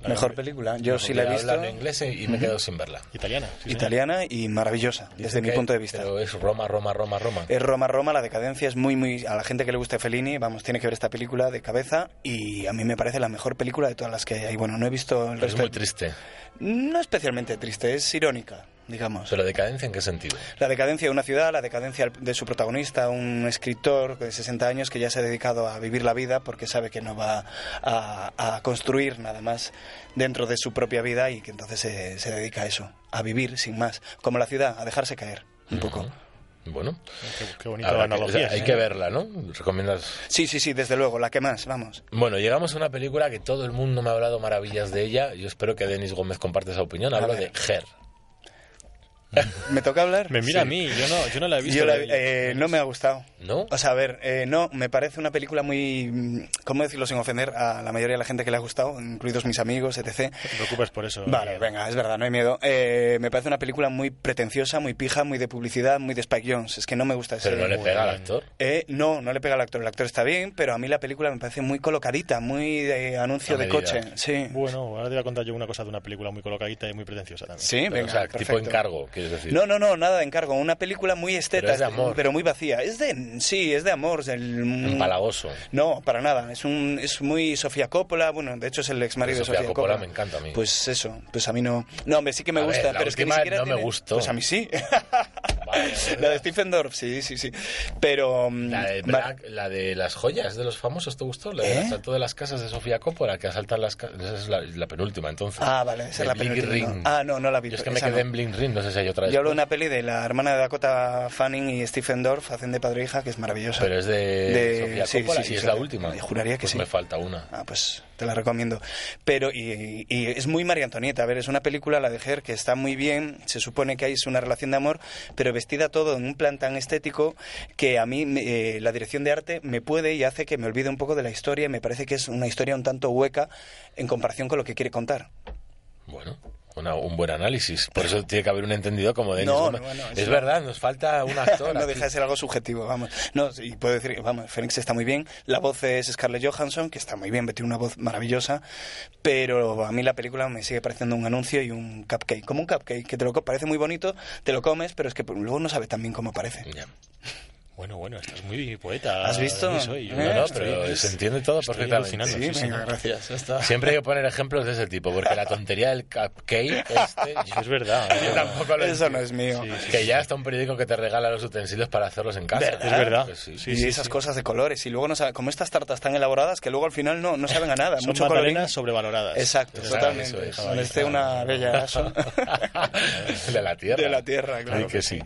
Speaker 6: La
Speaker 9: Mejor
Speaker 6: gran-
Speaker 9: película, yo
Speaker 6: Mejor
Speaker 9: sí la he
Speaker 6: que
Speaker 9: visto.
Speaker 6: hablan inglés y y me he
Speaker 9: Ujú.
Speaker 6: quedado sin verla.
Speaker 10: Italiana.
Speaker 9: Italiana y maravillosa, desde mi
Speaker 6: que-
Speaker 9: punto de vista. Eh,
Speaker 6: Pero es Roma, Roma, Roma, Roma.
Speaker 9: Es Roma, Roma, la decadencia es muy, muy... A la gente que le gusta Fellini, vamos, tiene que ver esta película de cabeza y a mí me parece la mejor película de todas las que hay. Bueno, no he visto el
Speaker 6: Pero es
Speaker 9: resto...
Speaker 6: muy
Speaker 9: de-
Speaker 6: triste.
Speaker 9: No especialmente triste, es irónica, digamos.
Speaker 6: ¿Pero decadencia en qué sentido?
Speaker 9: La decadencia de una ciudad, la decadencia de su protagonista, un escritor de 60 años que ya se ha dedicado a vivir la vida porque sabe que no va a, a construir nada más dentro de su propia vida y que entonces se, se dedica a eso, a vivir sin más, como la ciudad, a dejarse caer. Un poco.
Speaker 6: Bueno.
Speaker 10: Qué, qué bonita
Speaker 6: Habrá que-
Speaker 10: analogía.
Speaker 6: o sea, hay
Speaker 10: ¿eh?
Speaker 6: que verla, ¿no? ¿Recomiendas?
Speaker 9: Sí, sí, sí, desde luego, la que más, vamos.
Speaker 6: Bueno, llegamos a una película que todo el mundo me ha hablado maravillas de ella. Yo espero que Denis Gómez comparte esa opinión. Hablo de Ger.
Speaker 9: ¿Me toca hablar?
Speaker 6: Me mira
Speaker 9: Sí.
Speaker 6: a mí, yo no- yo no la he visto.
Speaker 9: Yo la- eh, no me ha gustado.
Speaker 6: ¿No?
Speaker 9: O sea, a ver, eh, no, me parece una película muy. mm, ¿Cómo decirlo sin ofender a la mayoría de la gente que le ha gustado, incluidos mis amigos, etc.?
Speaker 10: No te preocupes por eso.
Speaker 9: Vale, venga, es verdad, no hay miedo. Eh, me parece una película muy pretenciosa, muy pija, muy de publicidad, muy de Spike Jones. Es que no me gusta ese.
Speaker 6: Pero no le pega al actor.
Speaker 9: Eh, no, no le pega al actor. El actor está bien, pero a mí la película me parece muy colocadita, muy de anuncio
Speaker 10: A
Speaker 9: de
Speaker 10: medida.
Speaker 9: coche. Sí.
Speaker 10: Bueno, ahora te voy a contar yo una cosa de una película muy colocadita y muy pretenciosa también.
Speaker 9: Sí, Pero, venga, o sea, tipo perfecto. encargo,
Speaker 6: quieres decir.
Speaker 9: No, no, no, nada de encargo. Una película muy esteta,
Speaker 10: Pero es de amor.
Speaker 9: pero muy vacía. Es de, sí, es de amor. es el-
Speaker 6: Empalagoso.
Speaker 9: No, para nada. Es un, es muy Sofía Coppola. Bueno, de hecho es el ex marido de
Speaker 6: Pues Sofía
Speaker 9: Sofía
Speaker 6: Coppola
Speaker 9: Coppola.
Speaker 6: me encanta a mí.
Speaker 9: Pues eso, pues a mí no. No, hombre, sí que me
Speaker 6: A ver,
Speaker 9: gusta,
Speaker 6: la
Speaker 9: pero es que ni
Speaker 6: última
Speaker 9: siquiera
Speaker 6: no me
Speaker 9: tiene-
Speaker 6: gustó.
Speaker 9: Pues a mí
Speaker 6: *laughs*
Speaker 9: sí. la de Stephen Dorff, sí, sí, sí. Pero mm,
Speaker 6: La
Speaker 9: vale.
Speaker 6: de, Black- la de las joyas de los famosos, ¿te gustó? La del
Speaker 9: ¿Eh?
Speaker 6: asalto de las casas de Sofía Coppola, que asaltan las casas. Esa es la, la penúltima, entonces.
Speaker 9: Ah, vale, esa es
Speaker 6: De
Speaker 9: la
Speaker 6: Bling
Speaker 9: película.
Speaker 6: Ring.
Speaker 9: Ah, no, no la vi.
Speaker 6: Yo es que me
Speaker 9: esa
Speaker 6: quedé
Speaker 9: no.
Speaker 6: en Bling Ring, no sé si hay otra
Speaker 9: Yo hablo de una
Speaker 6: después.
Speaker 9: peli de la hermana de Dakota Fanning y Stephen Dorff hacen de padre e hija, que es maravillosa.
Speaker 6: Pero es de, Sofía
Speaker 9: sí,
Speaker 6: Coppola
Speaker 9: sí, sí,
Speaker 6: y es
Speaker 9: sí.
Speaker 6: la última.
Speaker 9: Juraría que
Speaker 6: Pues
Speaker 9: sí.
Speaker 6: me falta una.
Speaker 9: Ah, pues te la recomiendo. Pero, y, y es muy María Antonieta. A ver, es una película, la de Her, que está muy bien. Se supone que hay una relación de amor, pero vestida todo en un plan tan estético que a mí me- eh, la dirección de arte me puede y hace que me olvide un poco de la historia. y Me parece que es una historia un tanto hueca en comparación con lo que quiere contar.
Speaker 6: Bueno, una- un buen análisis. Por eso tiene que haber un entendido como de...
Speaker 9: No, no, bueno,
Speaker 6: es
Speaker 9: eso-
Speaker 6: verdad, nos
Speaker 9: *laughs*
Speaker 6: falta un actor.
Speaker 9: no
Speaker 6: aquí.
Speaker 9: deja de ser algo subjetivo, vamos. No, y puedo decir, que, vamos, Fénix está muy bien, la voz es Scarlett Johansson, que está muy bien, tiene una voz maravillosa, pero a mí la película me sigue pareciendo un anuncio y un cupcake, como un cupcake, que te lo co- parece muy bonito, te lo comes, pero es que luego no sabe tan bien cómo parece.
Speaker 10: Bueno, bueno, estás muy poeta.
Speaker 9: ¿Has visto? ¿Eh?
Speaker 10: Denis, hoy. Yo
Speaker 6: No,
Speaker 10: ahora
Speaker 6: no,
Speaker 10: estoy-
Speaker 6: pero se entiende todo
Speaker 10: estoy
Speaker 6: perfectamente.
Speaker 10: alucinando, sí, sí.
Speaker 6: Siempre hay que poner ejemplos de ese tipo, porque la tontería del cupcake este, yo-
Speaker 10: Es
Speaker 9: *laughs*
Speaker 10: verdad.
Speaker 6: yo tampoco lo
Speaker 9: Eso
Speaker 6: entiendo.
Speaker 9: no es mío.
Speaker 6: que ya está un periódico que te regala los utensilios para hacerlos en casa.
Speaker 9: ¿Verdad?
Speaker 6: Pues sí.
Speaker 9: y esas cosas de colores, y luego no sabe, como estas tartas tan elaboradas que luego al final no, no saben a nada.
Speaker 10: Son
Speaker 9: mucho colorín.
Speaker 10: magdalenas sobrevaloradas. Eso
Speaker 9: Exacto,
Speaker 10: es, eso
Speaker 9: totalmente.
Speaker 10: es.
Speaker 9: Donde esté una bella aso.
Speaker 6: De la
Speaker 9: *laughs*
Speaker 6: tierra.
Speaker 9: De la tierra, claro
Speaker 6: Ay, que
Speaker 9: que
Speaker 6: sí.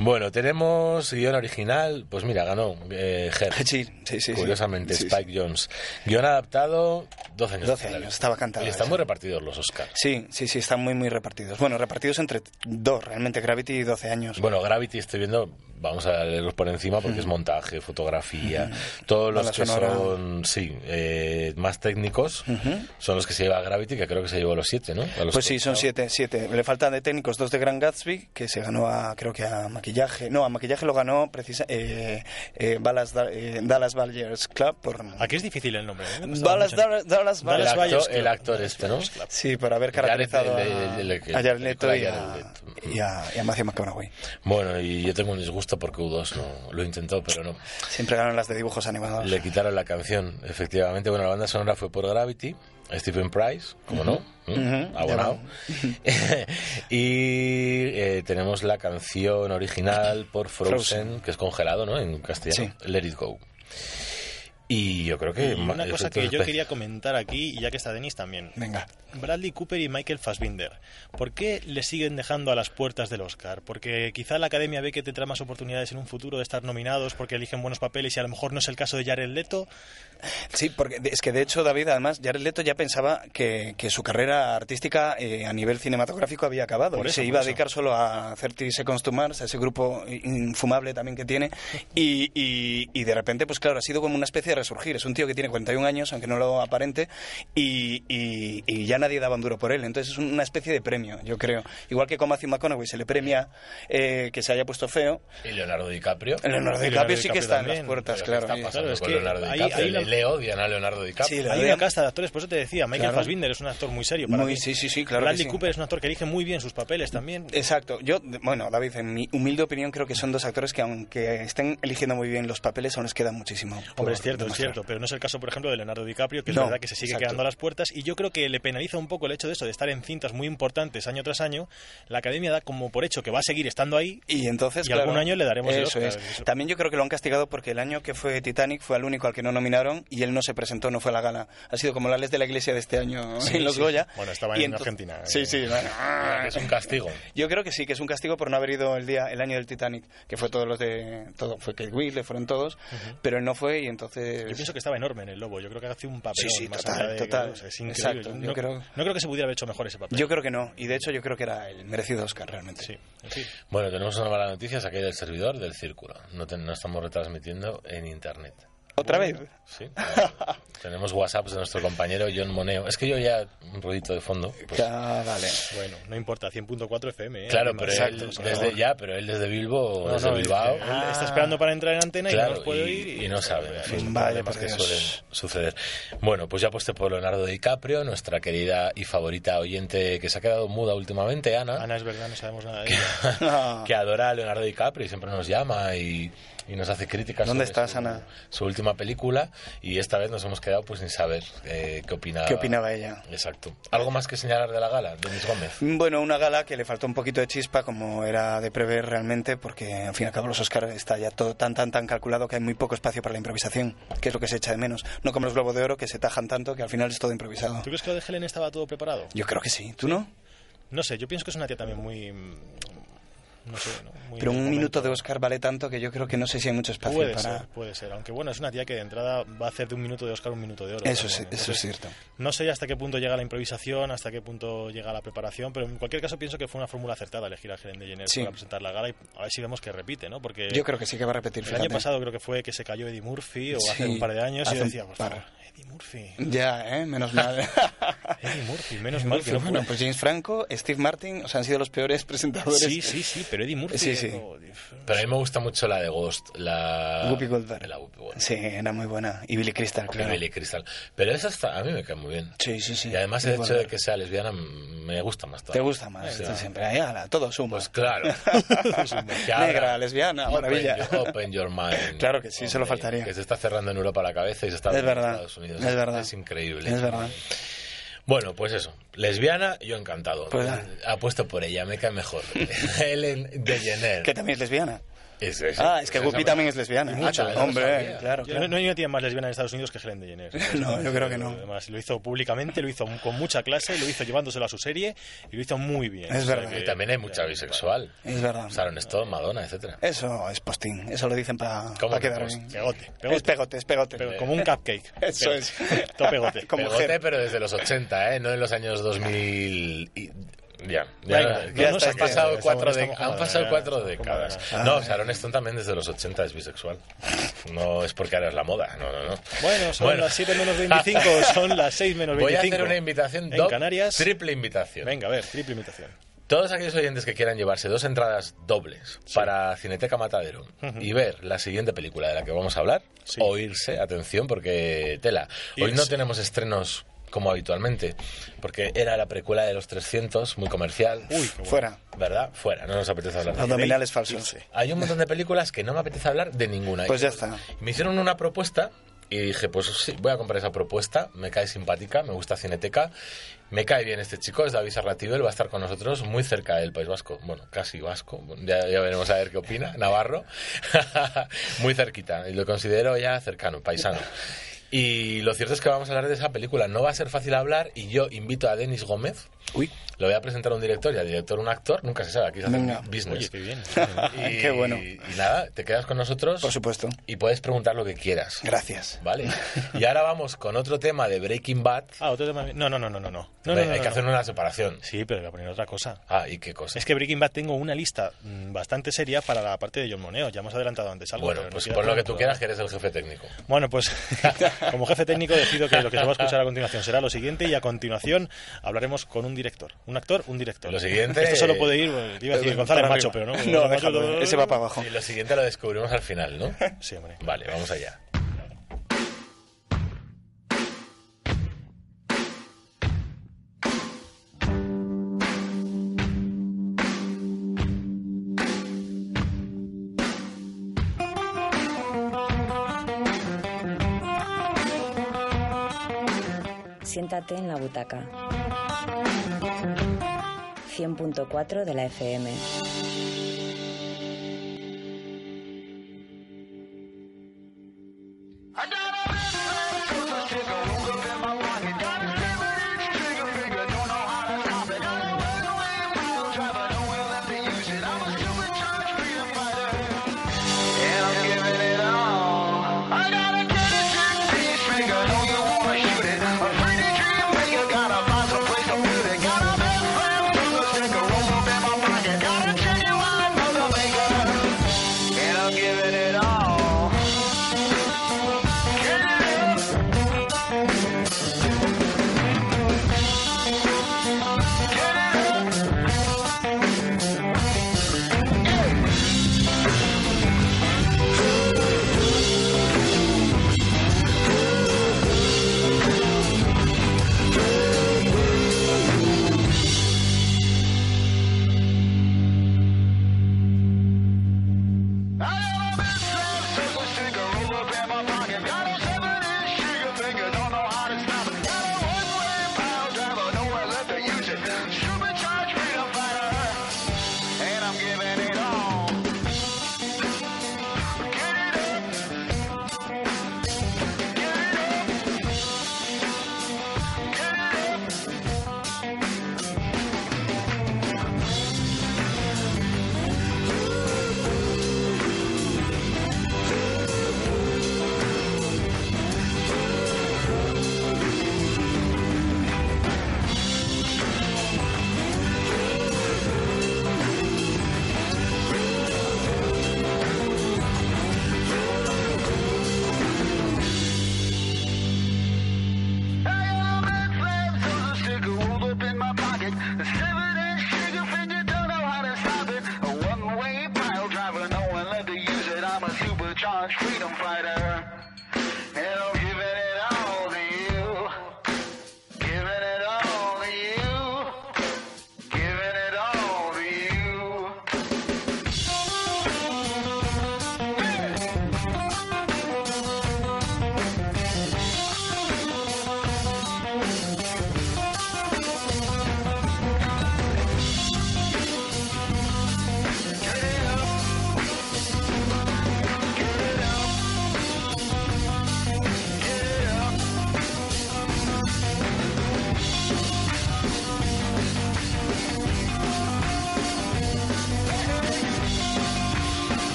Speaker 6: Bueno, tenemos guión original. original, pues mira, ganó eh, Her.
Speaker 9: *laughs* sí,
Speaker 6: Curiosamente,
Speaker 9: sí, sí.
Speaker 6: Spike Jones. Guión adaptado, 12 años.
Speaker 9: 12 años, estaba cantado
Speaker 6: Y están
Speaker 9: eso.
Speaker 6: muy repartidos los Oscars.
Speaker 9: Sí, sí, sí, están muy, muy repartidos. Bueno, repartidos entre dos, realmente Gravity y 12 años.
Speaker 6: Bueno, Gravity estoy viendo, vamos a leerlos por encima porque
Speaker 9: Mm.
Speaker 6: es montaje, fotografía, todos los
Speaker 9: Banda
Speaker 6: que
Speaker 9: sonora.
Speaker 6: son, sí, eh, más técnicos son los que se lleva Gravity, que creo que se llevó a los siete, ¿no? A los
Speaker 9: Pues sí, son siete, siete. Le faltan de técnicos dos de Gran Gatsby, que se ganó a, creo que a maquillaje. No, a maquillaje lo ganó precisa, eh, eh, Ballas Da- eh, Dallas Buyers Club por...
Speaker 10: Aquí es difícil el nombre. ¿eh? Me costaba
Speaker 9: Dallas,
Speaker 10: mucho.
Speaker 9: Dallas, Dallas
Speaker 6: el,
Speaker 9: Buyers
Speaker 6: actor,
Speaker 9: Club.
Speaker 6: el actor este, ¿no?
Speaker 9: Sí, por haber
Speaker 6: Jared-
Speaker 9: caracterizado
Speaker 6: el- el- el- el-
Speaker 9: a Jared Leto y
Speaker 6: Jared
Speaker 9: a, y a, y a Matthew McConaughey.
Speaker 6: Bueno, y yo tengo un disgusto porque U2 no, lo intentó, pero no.
Speaker 9: Siempre ganan las de dibujos animados.
Speaker 6: Le quitaron la canción, efectivamente. Bueno, la banda sonora fue por Gravity, Stephen Price, como no,
Speaker 9: Ujú.
Speaker 6: ¿Mm?
Speaker 9: Ujú,
Speaker 6: abonado. y eh, tenemos la canción original por Frozen,
Speaker 10: Frozen.
Speaker 6: que es congelado, ¿no? En castellano, Let It Go. Y yo *laughs* creo que...
Speaker 10: Y
Speaker 6: ma-
Speaker 10: una cosa
Speaker 6: efectos
Speaker 10: que yo
Speaker 6: espe-
Speaker 10: quería comentar aquí, y ya que está Denis también.
Speaker 9: Venga.
Speaker 10: Bradley Cooper y Michael Fassbinder. ¿Por qué le siguen dejando a las puertas del Oscar? Porque quizá la academia ve que tendrá más oportunidades en un futuro de estar nominados porque eligen buenos papeles y a lo mejor no es el caso de Jared Leto.
Speaker 9: Sí, porque de- es que de hecho David, además, Jared Leto ya pensaba que, que su carrera artística eh, a nivel cinematográfico había acabado.
Speaker 10: Por
Speaker 9: y
Speaker 10: eso,
Speaker 9: se
Speaker 10: por
Speaker 9: iba a
Speaker 10: eso.
Speaker 9: dedicar solo a 30 Seconds to Mars, a ese grupo infumable también que tiene. Y, y- y de repente, pues claro, ha sido como una especie de resurgir. Es un tío que tiene 41 años, aunque no lo aparente, y, y- y ya nadie daba un duro por él. Entonces es una especie de premio, yo creo. Igual que con Matthew McConaughey se le premia eh, que se haya puesto feo.
Speaker 6: Y Leonardo DiCaprio.
Speaker 9: Leonardo DiCaprio sí que está en las puertas,
Speaker 6: Pero ¿qué
Speaker 9: claro.
Speaker 6: está
Speaker 10: Claro,
Speaker 6: pasando
Speaker 10: es
Speaker 6: con
Speaker 10: que
Speaker 6: Leonardo
Speaker 10: ahí-
Speaker 6: DiCaprio?
Speaker 10: ahí la-
Speaker 6: Le, le odian a Leonardo DiCaprio.
Speaker 10: Hay una casta de actores, por eso te decía, Michael
Speaker 9: Claro.
Speaker 10: Fassbinder es un actor muy serio para
Speaker 9: Muy-
Speaker 10: mí.
Speaker 9: sí, sí, sí, claro que
Speaker 10: Bradley
Speaker 9: sí.
Speaker 10: Cooper es un actor que elige muy bien sus papeles también.
Speaker 9: Exacto. Yo, de- bueno, David, en mi humilde opinión, creo que son dos actores que, aunque estén eligiendo muy bien los papeles, aún les queda muchísimo. por
Speaker 10: Hombre, es cierto, es
Speaker 9: demostrar.
Speaker 10: cierto, pero no es el caso, por ejemplo, de Leonardo DiCaprio, que es
Speaker 9: No,
Speaker 10: verdad que se sigue
Speaker 9: exacto.
Speaker 10: quedando a las puertas, y yo creo que le penaliza un poco el hecho de eso, de estar en cintas muy importantes año tras año. La academia da como por hecho que va a seguir estando ahí,
Speaker 9: Y entonces,
Speaker 10: y
Speaker 9: claro,
Speaker 10: algún año le daremos el
Speaker 9: eso
Speaker 10: Oscar.
Speaker 9: es. También yo creo que lo han castigado porque el año que fue Titanic fue al único al que no nominaron y él no se presentó, no fue a la gala. Ha sido como la ley de la iglesia de este año
Speaker 10: Sí,
Speaker 9: en los
Speaker 10: sí.
Speaker 9: Goya.
Speaker 10: Bueno, estaba
Speaker 9: Y
Speaker 10: en
Speaker 9: ento-
Speaker 10: Argentina.
Speaker 9: Sí, sí. bueno.
Speaker 6: Es un castigo.
Speaker 9: Yo creo que sí, que es un castigo por no haber ido el día, el año del Titanic, que fue todos los de, todo, fue Kate Winslet, fueron todos, pero él no fue y entonces.
Speaker 10: Yo pienso que estaba enorme en el lobo. Yo creo que hace un papel
Speaker 9: Sí, sí,
Speaker 10: más
Speaker 9: total,
Speaker 10: allá de-
Speaker 9: total.
Speaker 10: o sea, es increíble.
Speaker 9: Exacto,
Speaker 10: no,
Speaker 9: yo creo-
Speaker 10: no creo que se pudiera haber hecho mejor ese papel.
Speaker 9: Yo creo que no, y de hecho yo creo que era el merecido Oscar realmente.
Speaker 10: Sí, en fin.
Speaker 6: Bueno, tenemos una mala noticia, saqué del servidor del círculo. No, te- no estamos retransmitiendo en internet.
Speaker 9: ¿Otra vez?
Speaker 6: Sí. tenemos WhatsApps de nuestro compañero John Moneo. Es que yo ya un ruidito de fondo. pues-
Speaker 9: Ya, *laughs* vale.
Speaker 10: Bueno, no importa, 100.4 FM. ¿eh?
Speaker 6: claro,
Speaker 10: Además.
Speaker 6: pero
Speaker 10: Exacto,
Speaker 6: él
Speaker 10: por
Speaker 6: desde
Speaker 10: favor.
Speaker 6: ya, pero él desde Bilbo,
Speaker 10: No,
Speaker 6: desde
Speaker 10: no,
Speaker 6: Bilbao.
Speaker 10: dice, él está esperando para entrar en antena y
Speaker 6: Claro,
Speaker 10: no nos puede
Speaker 6: y,
Speaker 10: oír. y- pues
Speaker 6: y no sabe. En fin,
Speaker 9: Vaya,
Speaker 6: problemas
Speaker 9: por
Speaker 6: que
Speaker 9: Dios.
Speaker 6: suelen suceder. Bueno, pues ya aposté por Leonardo DiCaprio, nuestra querida y favorita oyente que se ha quedado muda últimamente, Ana.
Speaker 10: Ana, es verdad, no sabemos nada de ella.
Speaker 9: Ah,
Speaker 6: que adora a Leonardo DiCaprio y siempre nos llama y, y nos hace críticas.
Speaker 9: ¿Dónde
Speaker 6: sobre
Speaker 9: estás,
Speaker 6: su,
Speaker 9: Ana?
Speaker 6: Su última película y esta vez nos hemos quedado pues sin saber eh, qué opinaba.
Speaker 9: ¿Qué opinaba ella?
Speaker 6: Exacto. ¿Algo más que señalar de la gala, Denis Gómez?
Speaker 9: Bueno, una gala que le faltó un poquito de chispa, como era de prever realmente, porque al fin y al cabo los Oscars está ya todo tan, tan, tan calculado que hay muy poco espacio para la improvisación, que es lo que se echa de menos. No como los Globos de Oro, que se tajan tanto que al final es todo improvisado.
Speaker 10: ¿Tú crees que lo de Helen estaba todo preparado?
Speaker 9: Yo creo que sí, ¿tú no?
Speaker 10: No sé, yo pienso que es una tía también muy... mm, No sé, ¿no? Muy
Speaker 9: Pero
Speaker 10: del
Speaker 9: un
Speaker 10: momento.
Speaker 9: minuto de Oscar vale tanto que yo creo que no sé si hay mucho espacio
Speaker 10: Puede
Speaker 9: para...
Speaker 10: ser, puede ser. Aunque bueno, es una tía que de entrada va a hacer de un minuto de Oscar un minuto de oro.
Speaker 9: Eso
Speaker 10: Pero
Speaker 9: sí,
Speaker 10: bueno,
Speaker 9: eso es
Speaker 10: entonces,
Speaker 9: cierto.
Speaker 10: No sé hasta qué punto llega la improvisación, hasta qué punto llega la preparación, pero en cualquier caso pienso que fue una fórmula acertada elegir a Helen DeGeneres
Speaker 9: Sí.
Speaker 10: para presentar la gala y a ver si vemos que repite, ¿no? Porque
Speaker 9: Yo creo que sí que va a repetir,
Speaker 10: El
Speaker 9: fíjate.
Speaker 10: año pasado creo que fue que se cayó Eddie Murphy o hace
Speaker 9: Sí,
Speaker 10: un par de años y
Speaker 9: hace
Speaker 10: yo
Speaker 9: un
Speaker 10: decía, por
Speaker 9: par.
Speaker 10: favor, Eddie Murphy.
Speaker 9: Ya, ¿eh? Menos mal. *laughs*
Speaker 10: Eddie Murphy, menos mal que no fue.
Speaker 9: bueno, pues James Franco, Steve Martin, o sea, han sido los peores *laughs* presentadores.
Speaker 10: Sí, sí, sí, pero Eddie Murphy.
Speaker 9: Sí, sí.
Speaker 10: oh, Dios.
Speaker 6: Pero a mí me gusta mucho la de Ghost, la...
Speaker 9: Whoopi Goldberg.
Speaker 6: La Whoopi Goldberg.
Speaker 9: Sí, era muy buena. Y Billy Crystal, claro.
Speaker 6: Y Billy Crystal. Pero esa está, a mí me cae muy bien.
Speaker 9: Sí, sí, sí.
Speaker 6: Y además el
Speaker 9: Muy
Speaker 6: hecho
Speaker 9: buena.
Speaker 6: de que sea lesbiana mm, me gusta más.
Speaker 9: Te
Speaker 6: todavía.
Speaker 9: gusta más,
Speaker 6: Sí.
Speaker 9: esto siempre. Ahí, ala, todo suma. *laughs*
Speaker 6: Pues claro. Que abra.
Speaker 9: Negra, lesbiana,
Speaker 6: Open
Speaker 9: maravilla.
Speaker 6: your- Open your mind.
Speaker 9: Claro que sí, solo faltaría.
Speaker 6: Que se está cerrando en Europa la cabeza y se está
Speaker 9: Es
Speaker 6: abriendo en
Speaker 9: verdad,
Speaker 6: Estados Unidos.
Speaker 9: es verdad.
Speaker 6: Es increíble.
Speaker 9: Es verdad.
Speaker 6: Bueno, pues eso. Lesbiana, yo encantado.
Speaker 9: Pues, ah. *laughs*
Speaker 6: Apuesto por ella, me cae mejor. Helen DeGeneres.
Speaker 9: Que también es lesbiana.
Speaker 6: Es, es-
Speaker 9: Ah, es que
Speaker 6: esa
Speaker 9: Guppy
Speaker 6: la-
Speaker 9: también es lesbiana.
Speaker 6: Y mucho,
Speaker 9: Ah,
Speaker 6: yo no
Speaker 9: hombre,
Speaker 6: sabía.
Speaker 9: claro,
Speaker 6: Yo-
Speaker 9: claro.
Speaker 10: No, no hay una tía más lesbiana en Estados Unidos que Helen
Speaker 9: *laughs*
Speaker 10: DeGeneres.
Speaker 9: No, yo creo que no.
Speaker 10: Además, lo hizo públicamente, lo hizo con mucha clase, lo hizo llevándoselo a su serie y lo hizo muy bien.
Speaker 9: Es
Speaker 10: O sea
Speaker 9: verdad.
Speaker 10: que-
Speaker 6: Y también hay mucha bisexual.
Speaker 9: Es verdad.
Speaker 6: Sharon Stone, Pues Madonna, etcétera.
Speaker 9: Eso es postín, eso lo dicen para
Speaker 6: ¿Cómo que
Speaker 9: quedar
Speaker 6: post?
Speaker 9: bien.
Speaker 10: Pegote,
Speaker 9: Es pegote, es pegote.
Speaker 10: Pero como un cupcake.
Speaker 9: *laughs*
Speaker 10: *laughs*
Speaker 9: Eso es.
Speaker 10: Todo pegote.
Speaker 9: *laughs* Como
Speaker 6: Pegote,
Speaker 9: gel.
Speaker 6: pero desde los 80, ¿eh? No en los años 2000. y- Ya, ya,
Speaker 10: Venga,
Speaker 6: ya
Speaker 10: ya
Speaker 6: nos
Speaker 10: está
Speaker 6: han
Speaker 10: aquí,
Speaker 6: pasado
Speaker 10: estamos-
Speaker 6: cuatro, de-
Speaker 10: estamos
Speaker 6: Eh, han
Speaker 10: jugando,
Speaker 6: pasado
Speaker 10: ya,
Speaker 6: cuatro
Speaker 10: estamos
Speaker 6: décadas.
Speaker 10: jugando.
Speaker 6: No, Sharon Stone también desde los 80 es bisexual. No es porque ahora es la moda, no, no, no.
Speaker 10: Bueno, son las 7 menos
Speaker 6: *laughs*
Speaker 10: 25, son las 6 menos 25.
Speaker 6: Voy a hacer una invitación
Speaker 10: en
Speaker 6: doble-
Speaker 10: Canarias.
Speaker 6: Triple invitación.
Speaker 10: Venga, a ver, triple invitación.
Speaker 6: Todos aquellos oyentes que quieran llevarse dos entradas dobles para Cineteca Matadero
Speaker 10: Ujú.
Speaker 6: y ver la siguiente película de la que vamos a hablar, o irse, atención, porque tela. Hoy no
Speaker 10: Irse.
Speaker 6: tenemos estrenos como habitualmente, porque era la precuela de los 300, muy comercial. Uy,
Speaker 9: Fuera.
Speaker 6: ¿Verdad? Fuera, no nos apetece hablar. de ella.
Speaker 9: Abdominales falsos.
Speaker 6: Hay un montón de películas que no me apetece hablar de ninguna.
Speaker 9: Pues ya está.
Speaker 6: Me hicieron una propuesta y dije, pues sí, voy a comprar esa propuesta, me cae simpática, me gusta Cineteca, me cae bien este chico, es David Sarratibel, va a estar con nosotros muy cerca del País Vasco, bueno, casi vasco, ya, ya veremos a ver qué opina, Navarro, *laughs* muy cerquita, y lo considero ya cercano, paisano. Y lo cierto es que vamos a hablar de esa película. No va a ser fácil hablar y yo invito a Denis Gómez. Lo voy a presentar a un director y al director un actor. Nunca se sabe, aquí se hace
Speaker 9: Venga.
Speaker 6: business.
Speaker 9: Oye, qué
Speaker 10: bien.
Speaker 6: Y-
Speaker 9: Qué bueno.
Speaker 6: Y nada, te quedas con nosotros.
Speaker 9: Por supuesto.
Speaker 6: Y puedes preguntar lo que quieras.
Speaker 9: Gracias.
Speaker 6: Vale. Y ahora vamos con otro tema de Breaking Bad.
Speaker 10: Ah, otro tema. No, no, no, no, no. no. No,
Speaker 6: Hombre,
Speaker 10: no, no,
Speaker 6: hay que
Speaker 10: no.
Speaker 6: hacer una separación.
Speaker 10: Sí, pero voy a poner otra cosa.
Speaker 6: Ah, ¿y qué cosa?
Speaker 10: Es que Breaking Bad tengo una lista mm, bastante seria para la parte de John Moneo. Ya hemos adelantado antes algo.
Speaker 6: Bueno,
Speaker 10: pero no
Speaker 6: pues
Speaker 10: queda
Speaker 6: por lo que
Speaker 10: tanto.
Speaker 6: tú quieras, que eres el jefe técnico.
Speaker 10: Bueno, pues *laughs* como jefe técnico decido que lo que se va a escuchar a continuación será lo siguiente y a continuación hablaremos con un director. Un actor, un director.
Speaker 6: Lo siguiente-
Speaker 10: Esto solo puede ir, bueno, te iba a decir
Speaker 6: Eh,
Speaker 10: González
Speaker 6: para
Speaker 10: Macho, pero
Speaker 6: arriba.
Speaker 10: no.
Speaker 6: No,
Speaker 10: González
Speaker 6: déjalo,
Speaker 10: Macho-
Speaker 6: ese va para
Speaker 9: abajo.
Speaker 6: Y lo siguiente lo descubrimos al final, ¿no?
Speaker 10: Sí, hombre.
Speaker 6: Vale, vamos allá.
Speaker 7: Siéntate en la butaca. 100.4 de la FM.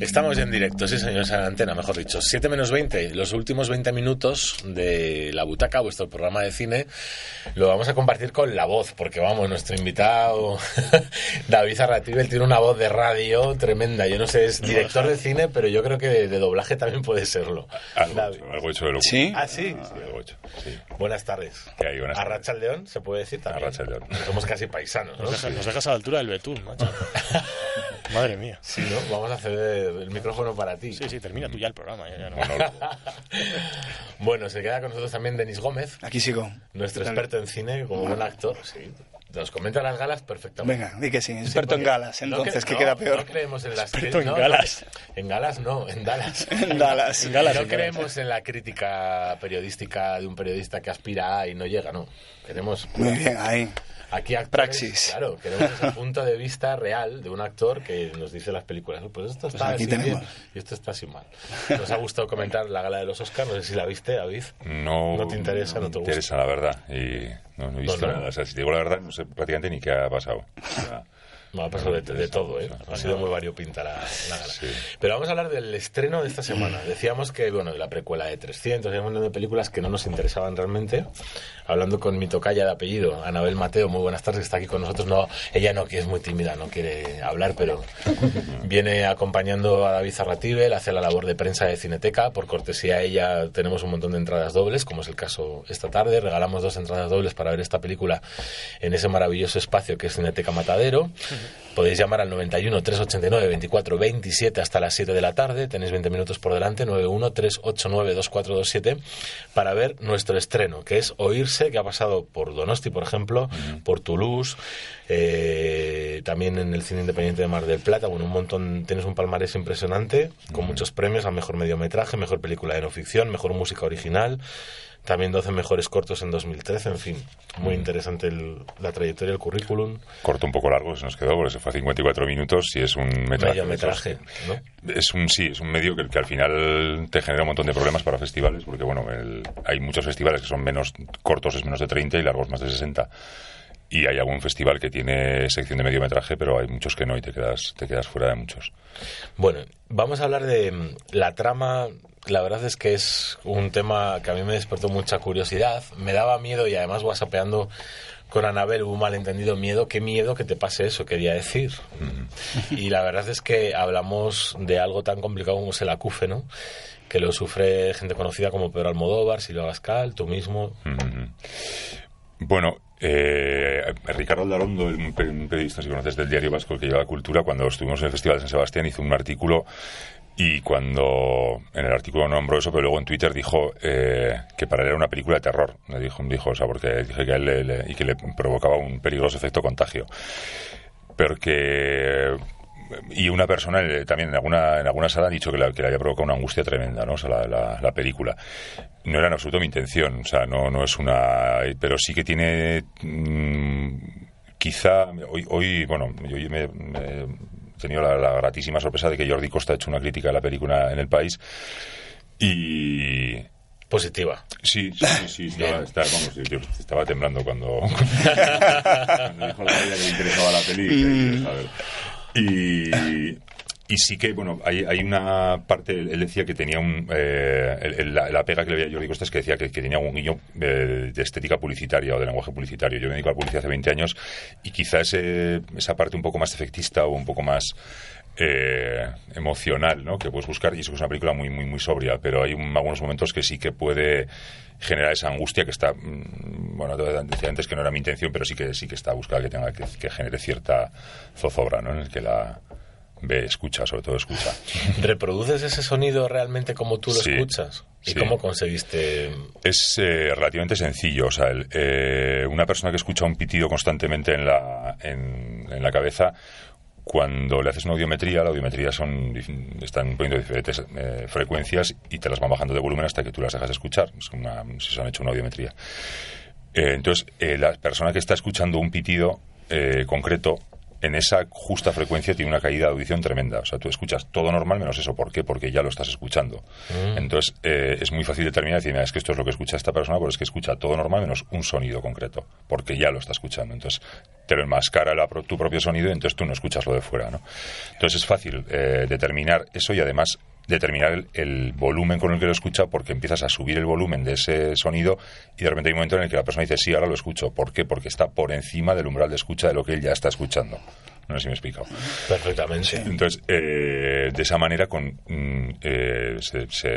Speaker 10: Estamos en directo, sí, señores, en la antena, mejor dicho. 7 menos 20, los últimos 20 minutos de La Butaca, vuestro programa de cine, lo vamos a compartir con La Voz, porque vamos, nuestro invitado, David Zarratibel, tiene una voz de radio tremenda. Yo no sé, es director de cine, pero yo creo que de, de doblaje también puede serlo.
Speaker 6: Algo,
Speaker 10: David.
Speaker 6: hecho, algo hecho de locura.
Speaker 10: ¿Sí? Ah, sí.
Speaker 6: Algo hecho. Sí.
Speaker 10: Buenas tardes.
Speaker 6: ¿Qué hay? Buenas tardes.
Speaker 10: Arracha al León, se puede decir también.
Speaker 6: Arracha el león.
Speaker 10: Somos casi paisanos, ¿no?
Speaker 13: Nos dejas, nos dejas a la altura del Betún,
Speaker 6: *laughs*
Speaker 13: macho. Madre mía.
Speaker 10: *laughs* Sí, ¿no? Vamos a ceder el micrófono para ti.
Speaker 13: Sí, sí, termina tú ya el programa. ya- ya no.
Speaker 10: *laughs* bueno, se queda con nosotros también Denis Gómez,
Speaker 9: Ah, Aquí sigo.
Speaker 10: nuestro
Speaker 9: ¿Qué tal?
Speaker 10: experto en cine, como buen actor. Sí. Nos comenta las galas perfectamente.
Speaker 9: Venga, di que sí, experto en
Speaker 10: porque-
Speaker 9: galas,
Speaker 10: no
Speaker 9: entonces,
Speaker 10: que-
Speaker 9: que
Speaker 10: no,
Speaker 9: queda peor.
Speaker 10: No creemos en las
Speaker 9: Experto en
Speaker 10: no,
Speaker 9: galas.
Speaker 10: En galas no, en
Speaker 6: *laughs*
Speaker 10: Dallas.
Speaker 9: En Dallas.
Speaker 10: En galas
Speaker 9: En galas,
Speaker 10: no
Speaker 9: en galas.
Speaker 10: creemos en la crítica periodística de un periodista que aspira a y no llega, no. Queremos
Speaker 9: Muy bien, ahí.
Speaker 10: Aquí actores,
Speaker 9: Praxis.
Speaker 10: Claro, queremos ese punto de vista real de un actor que nos dice las películas. Pues esto está
Speaker 9: aquí
Speaker 10: así
Speaker 9: tenemos.
Speaker 10: bien y esto está así mal. Nos ha gustado comentar la gala de los Oscars. No sé si la viste, David.
Speaker 3: Oh,
Speaker 6: No,
Speaker 10: No te interesa, no
Speaker 6: me
Speaker 10: te gusta.
Speaker 6: interesa, la verdad. Y no, no he visto
Speaker 10: No, no.
Speaker 6: nada. O sea, si te digo la verdad, no sé prácticamente ni qué ha pasado. O sea,
Speaker 10: No, ha pasado de, de todo, ¿eh? Ha sido muy variopinta la, la gala. Pero vamos a hablar del estreno de esta semana. Decíamos que, bueno, la precuela de 300, habíamos hablado de películas que no nos interesaban realmente. Hablando con mi tocaya de apellido, Anabel Mateo, muy buenas tardes, está aquí con nosotros. No, ella no, que es muy tímida, no quiere hablar, pero viene acompañando a David Zarratibel, hace la labor de prensa de Cineteca. Por cortesía a ella tenemos un montón de entradas dobles, como es el caso esta tarde. Regalamos dos entradas dobles para ver esta película en ese maravilloso espacio que es Cineteca Matadero. Podéis llamar al 91 389 24 27 hasta las 7 de la tarde. Tenéis 20 minutos por delante, 91 389 2427 para ver nuestro estreno, que es Oírse, que ha pasado por Donosti, por ejemplo, por Toulouse, eh, también en el cine independiente de Mar del Plata. Bueno, un montón, tienes un palmarés impresionante con muchos premios a mejor mediometraje, mejor película de no ficción, mejor música original. También 12 mejores cortos en 2013, en fin, muy interesante el- la trayectoria, el currículum.
Speaker 6: corto un poco largo, se nos quedó, porque se fue a 54 minutos y es un metraje.
Speaker 10: Medio
Speaker 6: de esos
Speaker 10: metraje, ¿no?
Speaker 6: Es un sí, es un medio que, que al final te genera un montón de problemas para festivales, porque bueno, el- hay muchos festivales que son menos cortos, es menos de 30 y largos más de 60. Y hay algún festival que tiene sección de mediometraje, pero hay muchos que no y te quedas te quedas fuera de muchos.
Speaker 10: Bueno, vamos a hablar de mm, la trama. La verdad es que es un tema que a mí me despertó mucha curiosidad. Me daba miedo y además whatsappeando con Anabel hubo un malentendido miedo. Qué miedo que te pase eso, quería decir. Y la verdad es que hablamos de algo tan complicado como es el acúfeno, que lo sufre gente conocida como Pedro Almodóvar, Silvia Pascal, tú mismo.
Speaker 6: Bueno, eh, Ricardo Aldarondo, el- un pe- un periodista, si conoces, del diario vasco el que lleva la cultura, cuando estuvimos en el Festival de San Sebastián hizo un artículo y cuando en el artículo no nombró eso, pero luego en Twitter dijo eh, que para él era una película de terror. Le dijo, dijo o sea, porque dije que a él le- le- y que le provocaba un peligroso efecto contagio porque y una persona eh, también en alguna en alguna sala ha dicho que, la- que le había provocado una angustia tremenda no o sea, la, la- la película no era en absoluto mi intención o sea no no es una pero sí que tiene mm, quizá hoy hoy bueno yo yo me- me he tenido la, la gratísima sorpresa de que Jordi Costa ha hecho una crítica a la película en el país y
Speaker 10: positiva
Speaker 6: sí sí sí, sí, estaba, estaba- vamos, yo- yo estaba
Speaker 10: *laughs*
Speaker 6: temblando cuando *laughs* cuando dijo la vida que le interesaba la peli que
Speaker 9: Mm.
Speaker 6: le interesaba ver. y y sí que, bueno, hay, hay una parte, él decía que tenía un... eh, el- el- la, la pega que le veía a Jordi Costa es que decía que, que tenía un guiño eh, de estética publicitaria o de lenguaje publicitario. Yo me dedico a la publicidad hace 20 años y quizá ese- esa parte un poco más efectista o un poco más eh, emocional, ¿no? Que puedes buscar, y eso que es una película muy, muy, muy sobria, pero hay un- algunos momentos que sí que puede generar esa angustia que está, mm, bueno, decía antes que no era mi intención, pero sí que sí que está buscada que tenga que, que genere cierta zozobra, ¿no? En el que la ve, escucha, sobre todo escucha.
Speaker 10: ¿Reproduces ese sonido realmente como tú lo
Speaker 6: Sí,
Speaker 10: escuchas? ¿Y
Speaker 6: sí.
Speaker 10: cómo conseguiste
Speaker 6: Es eh, relativamente sencillo. O sea, el, eh, una persona que escucha un pitido constantemente en la, en, en la cabeza, cuando le haces una audiometría, la audiometría son, dif- están poniendo diferentes eh, frecuencias y te las van bajando de volumen hasta que tú las dejas de escuchar. Es una, si se han hecho una audiometría. Eh, entonces, eh, la persona que está escuchando un pitido eh, concreto en esa justa frecuencia tiene una caída de audición tremenda. O sea, tú escuchas todo normal menos eso. ¿Por qué? Porque ya lo estás escuchando.
Speaker 10: Mm.
Speaker 6: Entonces, eh, es muy fácil determinar y decir, mira, es que esto es lo que escucha esta persona, porque es que escucha todo normal menos un sonido concreto, porque ya lo está escuchando. Entonces, te lo enmascara la pro- tu propio sonido y entonces tú no escuchas lo de fuera. ¿no? Entonces, es fácil eh, determinar eso y además determinar el, el volumen con el que lo escucha porque empiezas a subir el volumen de ese sonido y de repente hay un momento en el que la persona dice sí, ahora lo escucho. ¿Por qué? Porque está por encima del umbral de escucha de lo que él ya está escuchando. No sé si me he explicado.
Speaker 10: Perfectamente.
Speaker 6: Entonces, eh, de esa manera con, mm, eh, se, se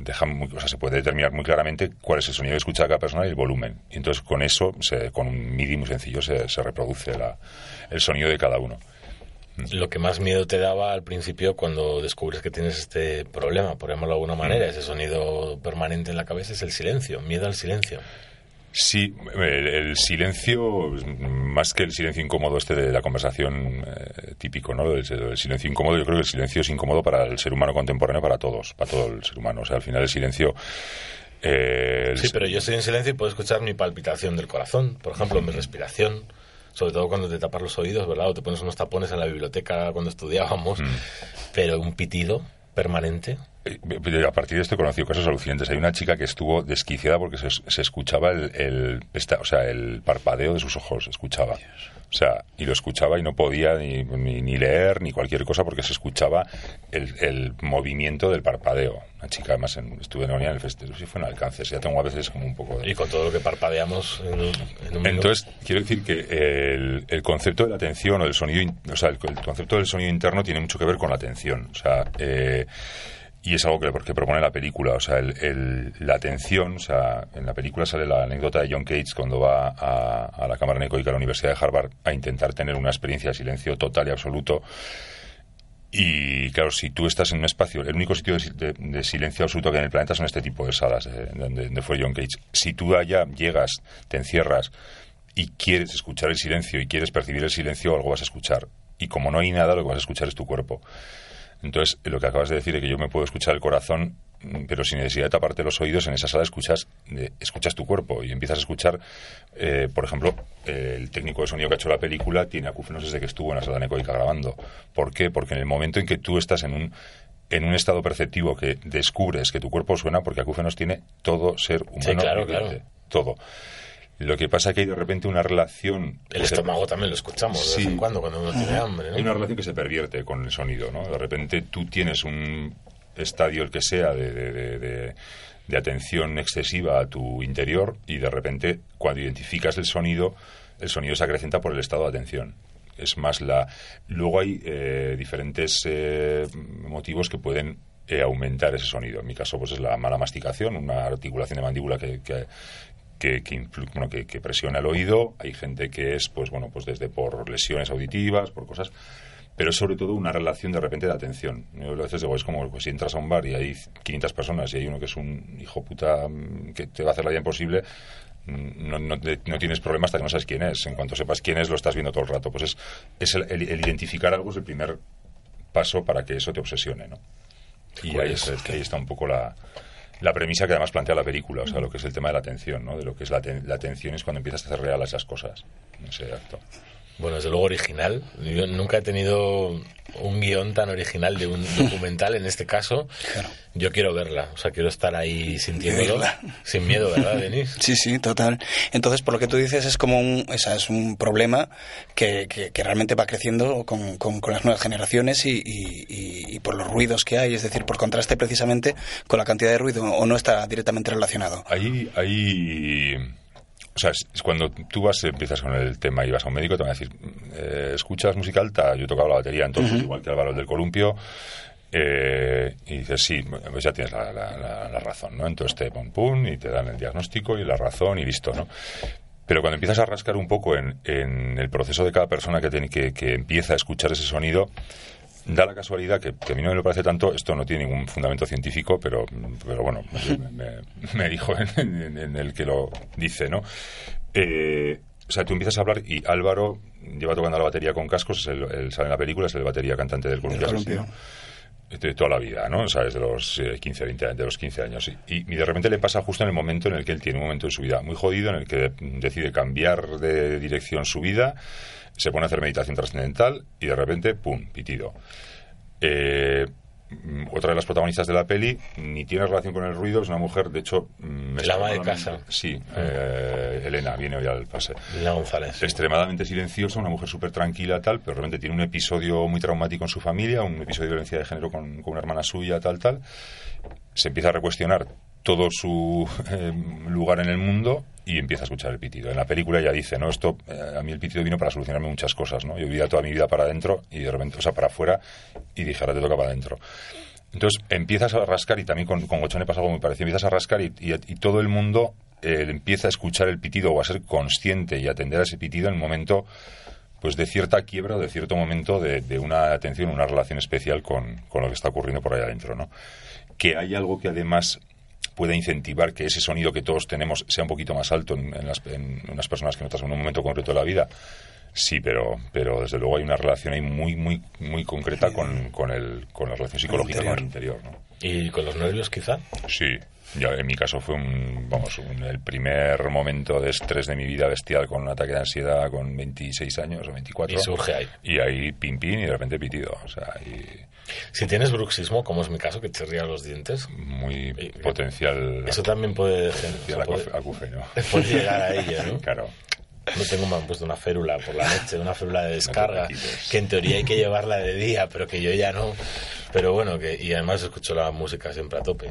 Speaker 6: deja muy- o sea, se puede determinar muy claramente cuál es el sonido que escucha cada persona y el volumen. Y entonces con eso, se- con un MIDI muy sencillo, se, se reproduce la- el sonido de cada uno.
Speaker 10: Lo que más miedo te daba al principio cuando descubres que tienes este problema, por llamarlo de alguna manera, ese sonido permanente en la cabeza es el silencio, miedo al silencio.
Speaker 6: Sí, el, el silencio, más que el silencio incómodo este de la conversación eh, típico, ¿no? El, el silencio incómodo, yo creo que el silencio es incómodo para el ser humano contemporáneo, para todos, para todo el ser humano. O sea, al final el silencio... eh, el-
Speaker 10: Sí, pero yo estoy en silencio y puedo escuchar mi palpitación del corazón, por ejemplo, mi respiración, sobre todo cuando te tapas los oídos, ¿verdad? O te pones unos tapones en la biblioteca cuando estudiábamos, pero un pitido permanente.
Speaker 6: Eh, A partir de esto he conocido cosas alucinantes. Hay una chica que estuvo desquiciada porque se, se escuchaba el, el pesta- o sea, el parpadeo de sus ojos, se escuchaba. O sea, y lo escuchaba y no podía ni, ni- ni leer ni cualquier cosa porque se escuchaba el, el movimiento del parpadeo. Una chica, además, en- estuve en Oria en el festival, sí fue en Alcances, ya tengo a veces como un poco de...
Speaker 10: Y con todo lo que parpadeamos en un, en un minuto.
Speaker 6: Entonces, quiero decir que el, el concepto de la atención o del sonido, in- o sea, el, el concepto del sonido interno tiene mucho que ver con la atención. O sea, eh, y es algo que, que propone la película. O sea, el- el- la atención, o sea, en la película sale la anécdota de John Cage cuando va a, a la Cámara Necoica de la Universidad de Harvard a intentar tener una experiencia de silencio total y absoluto. Y claro, si tú estás en un espacio, el único sitio de, si- de- de silencio absoluto que hay en el planeta son este tipo de salas, eh, donde, donde fue John Cage. Si tú allá llegas, te encierras y quieres escuchar el silencio y quieres percibir el silencio, algo vas a escuchar. Y como no hay nada, lo que vas a escuchar es tu cuerpo. Entonces, lo que acabas de decir es que yo me puedo escuchar el corazón, mm, pero sin necesidad de taparte los oídos, en esa sala escuchas, eh, escuchas tu cuerpo y empiezas a escuchar, eh, por ejemplo, eh, el técnico de sonido que ha hecho la película tiene acúfenos desde que estuvo en la sala necoica grabando. ¿Por qué? Porque en el momento en que tú estás en un en un estado perceptivo que descubres que tu cuerpo suena, porque acúfenos tiene todo ser humano.
Speaker 10: claro,
Speaker 6: viviente,
Speaker 10: claro.
Speaker 6: Todo. Lo que pasa es que hay de repente una relación...
Speaker 10: El estómago también lo escuchamos de vez en cuando, cuando uno tiene hambre, ¿no?
Speaker 6: Hay una relación que se pervierte con el sonido, ¿no? De repente tú tienes un estadio, el que sea, de, de- de- de- de atención excesiva a tu interior y de repente cuando identificas el sonido, el sonido se acrecenta por el estado de atención. Es más la... Luego hay eh, diferentes eh, motivos que pueden eh, aumentar ese sonido. En mi caso, pues es la mala masticación, una articulación de mandíbula que- que, que, que, influ- bueno, que, que presiona el oído, hay gente que es, pues bueno, pues desde por lesiones auditivas, por cosas, pero es sobre todo una relación de repente de atención. Yo a veces digo, es como pues, si entras a un bar y hay 500 personas y hay uno que es un hijo puta mm, que te va a hacer la vida imposible, mm, no, no te- no tienes problema hasta que no sabes quién es. En cuanto sepas quién es, lo estás viendo todo el rato. Pues es, es el, el- el identificar algo es el primer paso para que eso te obsesione, ¿no? Y ahí, es- ahí está un poco la, la premisa que además plantea la película, o sea, lo que es el tema de la atención, ¿no? De lo que es la, aten- la atención es cuando empiezas a hacer real a esas cosas. No sé, acto.
Speaker 10: Bueno, desde luego original. Yo nunca he tenido un guión tan original de un documental en este caso. Yo quiero verla, o sea, quiero estar ahí sintiéndolo.
Speaker 9: Verla.
Speaker 10: Sin miedo, ¿verdad, Denis?
Speaker 9: Sí, sí, total. Entonces, por lo que tú dices, es como un, o sea, es un problema que, que- que realmente va creciendo con, con- con las nuevas generaciones y, y- y- y por los ruidos que hay, es decir, por contraste precisamente con la cantidad de ruido, o no está directamente relacionado.
Speaker 6: Ahí, ahí. O sea, es es cuando tú vas, empiezas con el tema y vas a un médico, te van a decir, eh, ¿escuchas música alta? Yo he tocado la batería, entonces,
Speaker 10: Ujú.
Speaker 6: igual que el valor del columpio. eh, y dices, sí, bueno, pues ya tienes la, la- la- la razón, ¿no? Entonces te pon pum y te dan el diagnóstico y la razón y listo, ¿no? Pero cuando empiezas a rascar un poco en, en el proceso de cada persona que, tiene, que, que empieza a escuchar ese sonido, da la casualidad que, que a mí no me lo parece tanto, esto no tiene ningún fundamento científico, pero, pero bueno, me, me- me dijo en, en- en el que lo dice, ¿no? Eh, o sea, tú empiezas a hablar y Álvaro lleva tocando la batería con cascos, es el, el- sale en la película, es el batería cantante del Columpio Asesino. de toda la vida, ¿no? ¿Sabes? De los eh, 15, 20 años, de los 15 años. Y, y de repente le pasa justo en el momento en el que él tiene un momento de su vida muy jodido, en el que decide cambiar de dirección su vida, se pone a hacer meditación trascendental y de repente, ¡pum!, pitido. Eh, mm, otra de las protagonistas de la peli ni tiene relación con el ruido, es una mujer, de hecho... mm,
Speaker 10: El ama de
Speaker 6: extremadamente-
Speaker 10: casa.
Speaker 6: Sí, eh, Elena, viene hoy al pase.
Speaker 10: Elena González.
Speaker 6: Extremadamente silenciosa, una mujer súper tranquila, tal, pero realmente tiene un episodio muy traumático en su familia, un episodio de violencia de género con, con una hermana suya, tal, tal. Se empieza a recuestionar todo su eh, lugar en el mundo y empieza a escuchar el pitido. En la película ya dice, no, esto, eh, a mí el pitido vino para solucionarme muchas cosas, ¿no? Yo vivía toda mi vida para adentro y de repente, o sea, para afuera y dije, ahora te toca para adentro. Entonces empiezas a rascar, y también con, con Gochone pasa algo muy parecido, empiezas a rascar y, y- y todo el mundo eh, empieza a escuchar el pitido o a ser consciente y atender a ese pitido en el momento pues de cierta quiebra o de cierto momento de, de una atención, una relación especial con, con lo que está ocurriendo por ahí adentro. ¿no? Que hay algo que además pueda incentivar que ese sonido que todos tenemos sea un poquito más alto en, en las, en unas personas que notas en un momento concreto de la vida. Sí, pero, pero desde luego hay una relación ahí muy, muy, muy concreta con, con, el, con la relación psicológica con el interior. ¿no?
Speaker 10: ¿Y con los nervios quizá?
Speaker 6: Sí, yo, en mi caso fue un, vamos, un- el primer momento de estrés de mi vida bestial con un ataque de ansiedad con 26 años o 24.
Speaker 10: Y surge ahí.
Speaker 6: Y ahí pim pim y de repente pitido. O sea, y
Speaker 10: Si tienes bruxismo, como es mi caso, que te rían los dientes.
Speaker 6: muy potencial.
Speaker 10: Eso también puede,
Speaker 6: potencial
Speaker 10: o sea, eh, puede-
Speaker 6: acu- acufeno.
Speaker 10: *laughs* puede llegar a ello,
Speaker 6: *laughs*
Speaker 10: ¿no?
Speaker 6: Claro.
Speaker 10: No tengo, me han puesto una férula por la noche, una férula de descarga, que en teoría hay que llevarla de día, pero que yo ya no. Pero bueno, que y además escucho la música siempre a tope.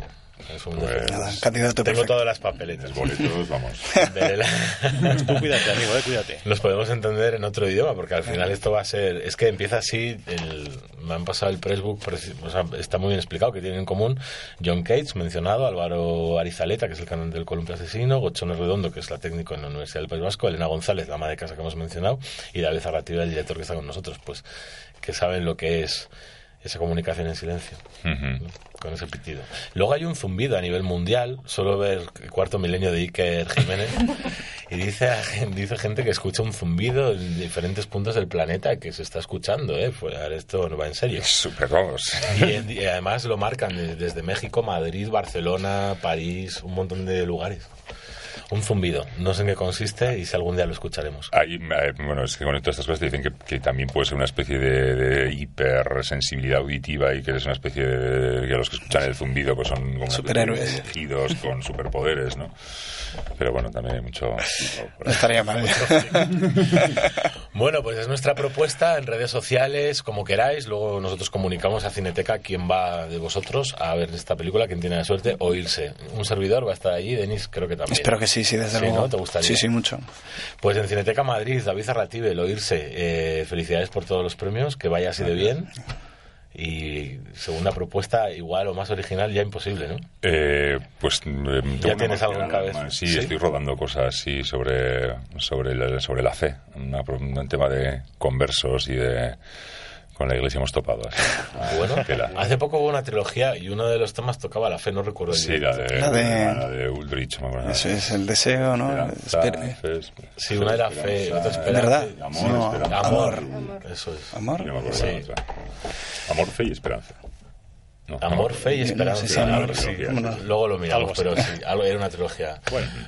Speaker 10: Es
Speaker 6: Pues
Speaker 10: un
Speaker 9: Nada, candidato
Speaker 10: Tengo
Speaker 9: perfecto.
Speaker 10: todas las papeletas.
Speaker 6: Boletos,
Speaker 10: *laughs*
Speaker 6: vamos.
Speaker 10: Verela.
Speaker 14: *laughs* Tú cuídate, amigo, eh, cuídate.
Speaker 10: Nos podemos entender en otro idioma, porque al final esto va a ser. Es que empieza así. el- me han pasado el pressbook, preci- o sea, está muy bien explicado que tienen en común John Cates, mencionado, Álvaro Arizaleta, que es el canal del Columpio Asesino, Gochones Redondo, que es la técnico en la Universidad del País Vasco, Elena González, la ama de casa que hemos mencionado, y David Zarrativa, el director que está con nosotros, pues que saben lo que es esa comunicación en silencio
Speaker 6: Ujú.
Speaker 10: con ese pitido. Luego hay un zumbido a nivel mundial, solo ver el cuarto milenio de Iker Jiménez, y dice, a gen- dice gente que escucha un zumbido en diferentes puntos del planeta que se está escuchando, ¿eh? Pues, ahora esto no va en serio.
Speaker 6: Súper vamos.
Speaker 10: Y, en- y además lo marcan de- desde México, Madrid, Barcelona, París, un montón de lugares. Un zumbido, no sé en qué consiste y si algún día lo escucharemos.
Speaker 6: Ahí, eh, bueno, es que con todas estas cosas te dicen que, que también puede ser una especie de, de hipersensibilidad auditiva y que eres una especie de... que los que escuchan el zumbido pues son como una especie de
Speaker 9: Superhéroes.
Speaker 6: elegidos con superpoderes, ¿no? Pero bueno, también hay mucho...
Speaker 10: *laughs*
Speaker 9: No estaría mal.
Speaker 10: Bueno, pues es nuestra propuesta en redes sociales, como queráis. Luego nosotros comunicamos a Cineteca quién va de vosotros a ver esta película, quién tiene la suerte o irse. Un servidor va a estar allí, Denis creo que también.
Speaker 9: *laughs* Espero que sí, sí, desde luego.
Speaker 10: ¿no? ¿Te gustaría?
Speaker 9: Sí, sí, mucho.
Speaker 10: Pues en Cineteca Madrid, David Arratibe, el oírse. Eh, felicidades por todos los premios, que vaya así de bien. Y segunda propuesta, igual o más original, ya imposible, ¿no?
Speaker 6: Eh, pues mm, eh, tengo
Speaker 10: Ya
Speaker 6: una
Speaker 10: tienes algo en
Speaker 6: marca,
Speaker 10: cabeza.
Speaker 6: Sí,
Speaker 10: ¿Sí?
Speaker 6: estoy rodando cosas sí, sobre, sobre, la, sobre la fe, una pro- un tema de conversos y de... Con la iglesia hemos topado. así.
Speaker 10: Ah, Bueno,
Speaker 6: Tela.
Speaker 10: hace poco hubo una trilogía y uno de los temas tocaba la fe, no recuerdo el
Speaker 6: Sí,
Speaker 10: directo.
Speaker 6: la de,
Speaker 9: La de-
Speaker 6: la de Ulrich, me acuerdo.
Speaker 9: Eso es el deseo, ¿no?
Speaker 6: Esperanza,
Speaker 9: Espera.
Speaker 6: fe, esper-
Speaker 10: Sí, una era fe, otra esperanza.
Speaker 6: esperanza, eh,
Speaker 9: ¿Verdad?
Speaker 6: Amor,
Speaker 9: No,
Speaker 6: esperanza.
Speaker 9: amor.
Speaker 10: Eso es.
Speaker 9: Amor.
Speaker 6: Yo me acuerdo
Speaker 10: Sí.
Speaker 6: de la otra. Amor, fe y esperanza. No,
Speaker 10: Amor, fe y esperanza.
Speaker 9: sé si amor,
Speaker 10: Algo
Speaker 9: sí.
Speaker 10: así.
Speaker 9: Bueno.
Speaker 10: Luego lo miramos,
Speaker 9: Algo
Speaker 10: pero
Speaker 9: así.
Speaker 10: sí, algo era una trilogía.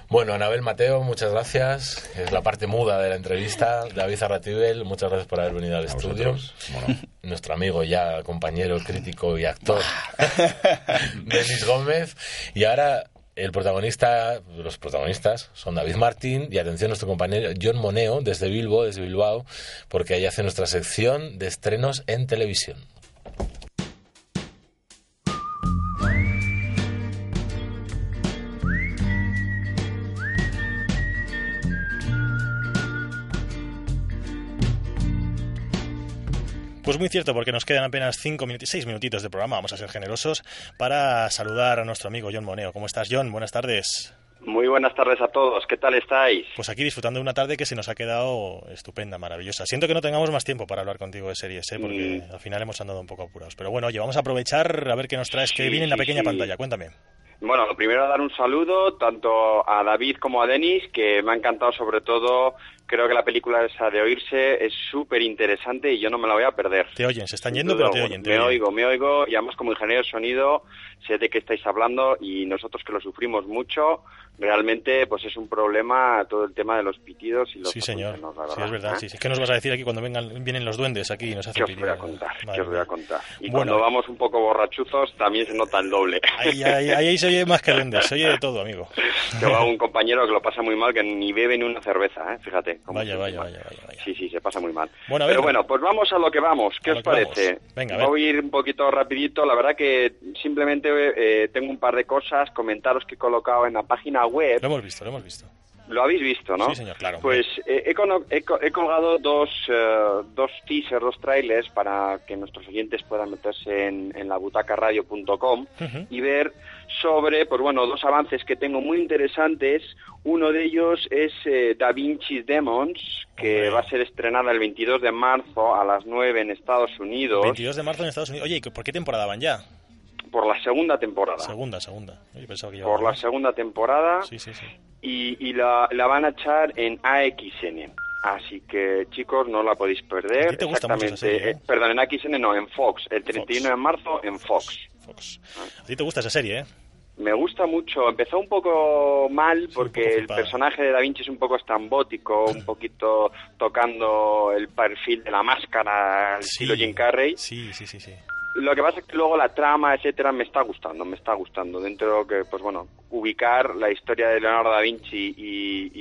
Speaker 10: Bueno. Anabel Mateo, muchas gracias. Es la parte muda de la entrevista. David Arratibel, muchas gracias por haber venido al estudio.
Speaker 6: vosotros, *laughs* cómo no.
Speaker 10: Nuestro amigo ya, compañero, crítico y
Speaker 9: *laughs*
Speaker 10: actor, Denis Gómez. Y ahora el protagonista, los protagonistas son David Martín y atención nuestro compañero John Moneo desde Bilbo, desde Bilbao, porque ahí hace nuestra sección de estrenos en televisión.
Speaker 14: Pues muy cierto, porque nos quedan apenas cinco minutos, seis minutitos de programa, vamos a ser generosos, para saludar a nuestro amigo John Moneo. ¿Cómo estás, John? Buenas tardes.
Speaker 15: Muy buenas tardes a todos, ¿qué tal estáis?
Speaker 14: Pues aquí disfrutando de una tarde que se nos ha quedado estupenda, maravillosa. Siento que no tengamos más tiempo para hablar contigo de series,
Speaker 6: Mm.
Speaker 14: ¿eh? porque al final hemos andado un poco apurados. Pero bueno, oye, vamos a aprovechar a ver qué nos traes, que
Speaker 15: Sí,
Speaker 14: viene en la
Speaker 15: sí,
Speaker 14: pequeña
Speaker 15: sí.
Speaker 14: pantalla. Cuéntame.
Speaker 15: Bueno, lo primero dar un saludo tanto a David como a Denis, que me ha encantado sobre todo
Speaker 6: Creo que la película esa de oírse es súper interesante y yo no me la voy a perder.
Speaker 10: Te oyen, se están yendo,
Speaker 6: Sin duda
Speaker 10: pero te
Speaker 6: alguna.
Speaker 10: oyen. te
Speaker 6: me
Speaker 10: oyen.
Speaker 6: oigo, me oigo y además como ingeniero de sonido sé de qué estáis hablando y nosotros que lo sufrimos mucho, realmente pues es un problema todo el tema de los pitidos y los
Speaker 10: Sí, señor.
Speaker 6: asuntos, la
Speaker 10: Sí, es verdad.
Speaker 6: ¿eh?
Speaker 10: Sí, sí. ¿Qué nos vas a decir aquí cuando vengan, vienen los duendes aquí y nos hacen
Speaker 6: ¿Qué os voy a
Speaker 10: pitido?
Speaker 6: contar? ¿Qué
Speaker 10: Madre
Speaker 6: os voy
Speaker 10: mía.
Speaker 6: a contar? Y
Speaker 10: Bueno.
Speaker 6: cuando vamos un poco borrachuzos también se nota el doble.
Speaker 10: Ahí, ahí- ahí se oye más que duendes, se oye de todo, amigo.
Speaker 6: Tengo
Speaker 10: *laughs*
Speaker 6: a un compañero que lo pasa muy mal, que ni bebe ni una cerveza, ¿eh? fíjate. cómo
Speaker 10: Vaya,
Speaker 6: se-
Speaker 10: vaya, vaya, vaya.
Speaker 6: Sí, sí, se pasa muy mal.
Speaker 10: Bueno, a ver.
Speaker 6: Pero bueno, pues vamos a lo que vamos. ¿Qué
Speaker 10: A
Speaker 6: os
Speaker 10: lo que vamos.
Speaker 6: parece?
Speaker 10: Venga, a ver.
Speaker 6: Voy a ir un poquito rapidito. La verdad que simplemente eh, tengo un par de cosas, comentaros que he colocado en la página web.
Speaker 10: Lo hemos visto, lo hemos visto.
Speaker 6: Lo habéis visto, ¿no?
Speaker 10: Sí, señor, claro.
Speaker 6: Pues eh, he, cono- he co- he colgado dos, eh, dos teasers, dos trailers para que nuestros oyentes puedan meterse en, en labutacaradio.com y ver sobre, pues bueno, dos avances que tengo muy interesantes. Uno de ellos es eh, Da Vinci Demons, que va a ser estrenada el 22 de marzo a las 9 en Estados Unidos
Speaker 10: 22 de marzo en Estados Unidos. Oye, ¿y ¿por qué temporada van ya?
Speaker 6: por la segunda temporada.
Speaker 10: Segunda, segunda. Oye, pensaba que
Speaker 6: por
Speaker 10: llevaba
Speaker 6: la
Speaker 10: más.
Speaker 6: segunda temporada.
Speaker 10: Sí, sí, sí.
Speaker 6: y, y la, la van a echar en AXN. Así que, chicos, no la podéis perder.
Speaker 10: te gusta mucho esa serie, ¿eh?
Speaker 6: eh, perdón, en AXN no, en Fox. El 31 de marzo en Fox. Ah.
Speaker 10: A ti te gusta esa serie, ¿eh?
Speaker 6: Me gusta mucho. Empezó un poco mal porque el
Speaker 10: flipada.
Speaker 6: personaje de Da Vinci es un poco estambótico, un poquito tocando el perfil de la máscara, al estilo Jim Carrey.
Speaker 10: Sí, sí, sí, sí.
Speaker 6: Lo que pasa es que luego la trama, etcétera, me está gustando, me está gustando. Dentro que, pues bueno, ubicar la historia de Leonardo da Vinci y,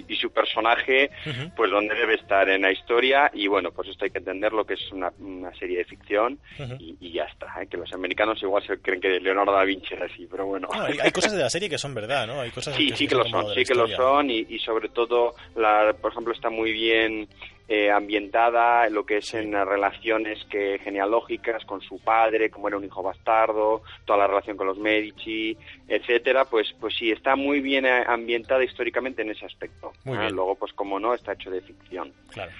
Speaker 6: y- y su personaje, pues donde debe estar en la historia. Y bueno, pues esto hay que entenderlo que es una, una serie de ficción y, y ya está. ¿eh? Que los americanos igual se creen que Leonardo da Vinci es así, pero bueno.
Speaker 10: No, hay, hay cosas de la serie que son verdad, ¿no? Hay cosas
Speaker 6: Sí, sí que lo
Speaker 10: son como de
Speaker 6: son, sí
Speaker 10: la
Speaker 6: que lo
Speaker 10: historia.
Speaker 6: son y, y sobre todo, la, por ejemplo, está muy bien eh, ambientada lo que es en las relaciones que genealógicas con su padre, como era un hijo bastardo, toda la relación con los Medici, etcétera, pues pues sí, está muy bien eh, ambientada históricamente en ese aspecto.
Speaker 10: Muy
Speaker 6: Ah,
Speaker 10: bien.
Speaker 6: Luego, pues como no, está hecho de ficción.
Speaker 10: Claro.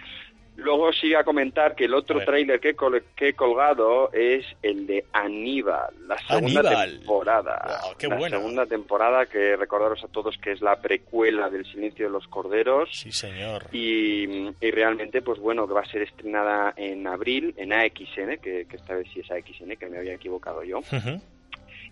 Speaker 6: Luego sí a comentar que el otro tráiler que, he col- que he colgado es el de Aníbal, la segunda
Speaker 10: Aníbal.
Speaker 6: temporada.
Speaker 10: qué
Speaker 6: la
Speaker 10: buena.
Speaker 6: segunda temporada que recordaros a todos que es la precuela del Silencio de los Corderos.
Speaker 10: Sí, señor.
Speaker 6: Y, y realmente, pues bueno, que va a ser estrenada en abril en AXN, que, que esta vez sí es AXN, que me había equivocado yo
Speaker 10: Ujú.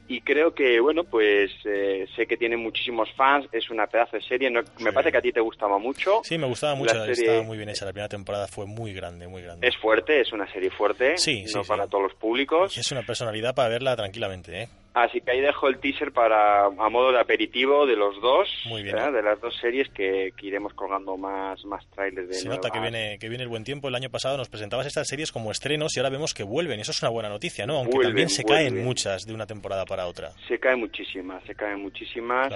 Speaker 6: y creo que, bueno, pues eh, sé que tiene muchísimos fans, es una pedazo de serie, no- me parece que a ti te gustaba mucho.
Speaker 10: Sí, me gustaba mucho,
Speaker 6: La
Speaker 10: estaba
Speaker 6: serie
Speaker 10: muy bien hecha. La primera temporada fue muy grande, muy grande.
Speaker 6: es fuerte, es una serie fuerte,
Speaker 10: Sí, sí,
Speaker 6: no
Speaker 10: sí.
Speaker 6: para todos los públicos.
Speaker 10: Y es una personalidad para verla tranquilamente, ¿eh?
Speaker 6: Así que ahí dejo el teaser para a modo de aperitivo de los dos,
Speaker 10: Muy bien.
Speaker 6: ¿eh? de las dos series que, que iremos colgando más más trailers de
Speaker 10: Se nota que
Speaker 6: nuevas.
Speaker 10: viene, que viene el buen tiempo. El año pasado nos presentabas estas series como estrenos y ahora vemos que vuelven. Eso es una buena noticia, ¿no? Aunque
Speaker 6: Vuelven,
Speaker 10: también se caen
Speaker 6: vuelven.
Speaker 10: muchas de una temporada para otra.
Speaker 6: Se caen muchísimas, se caen muchísimas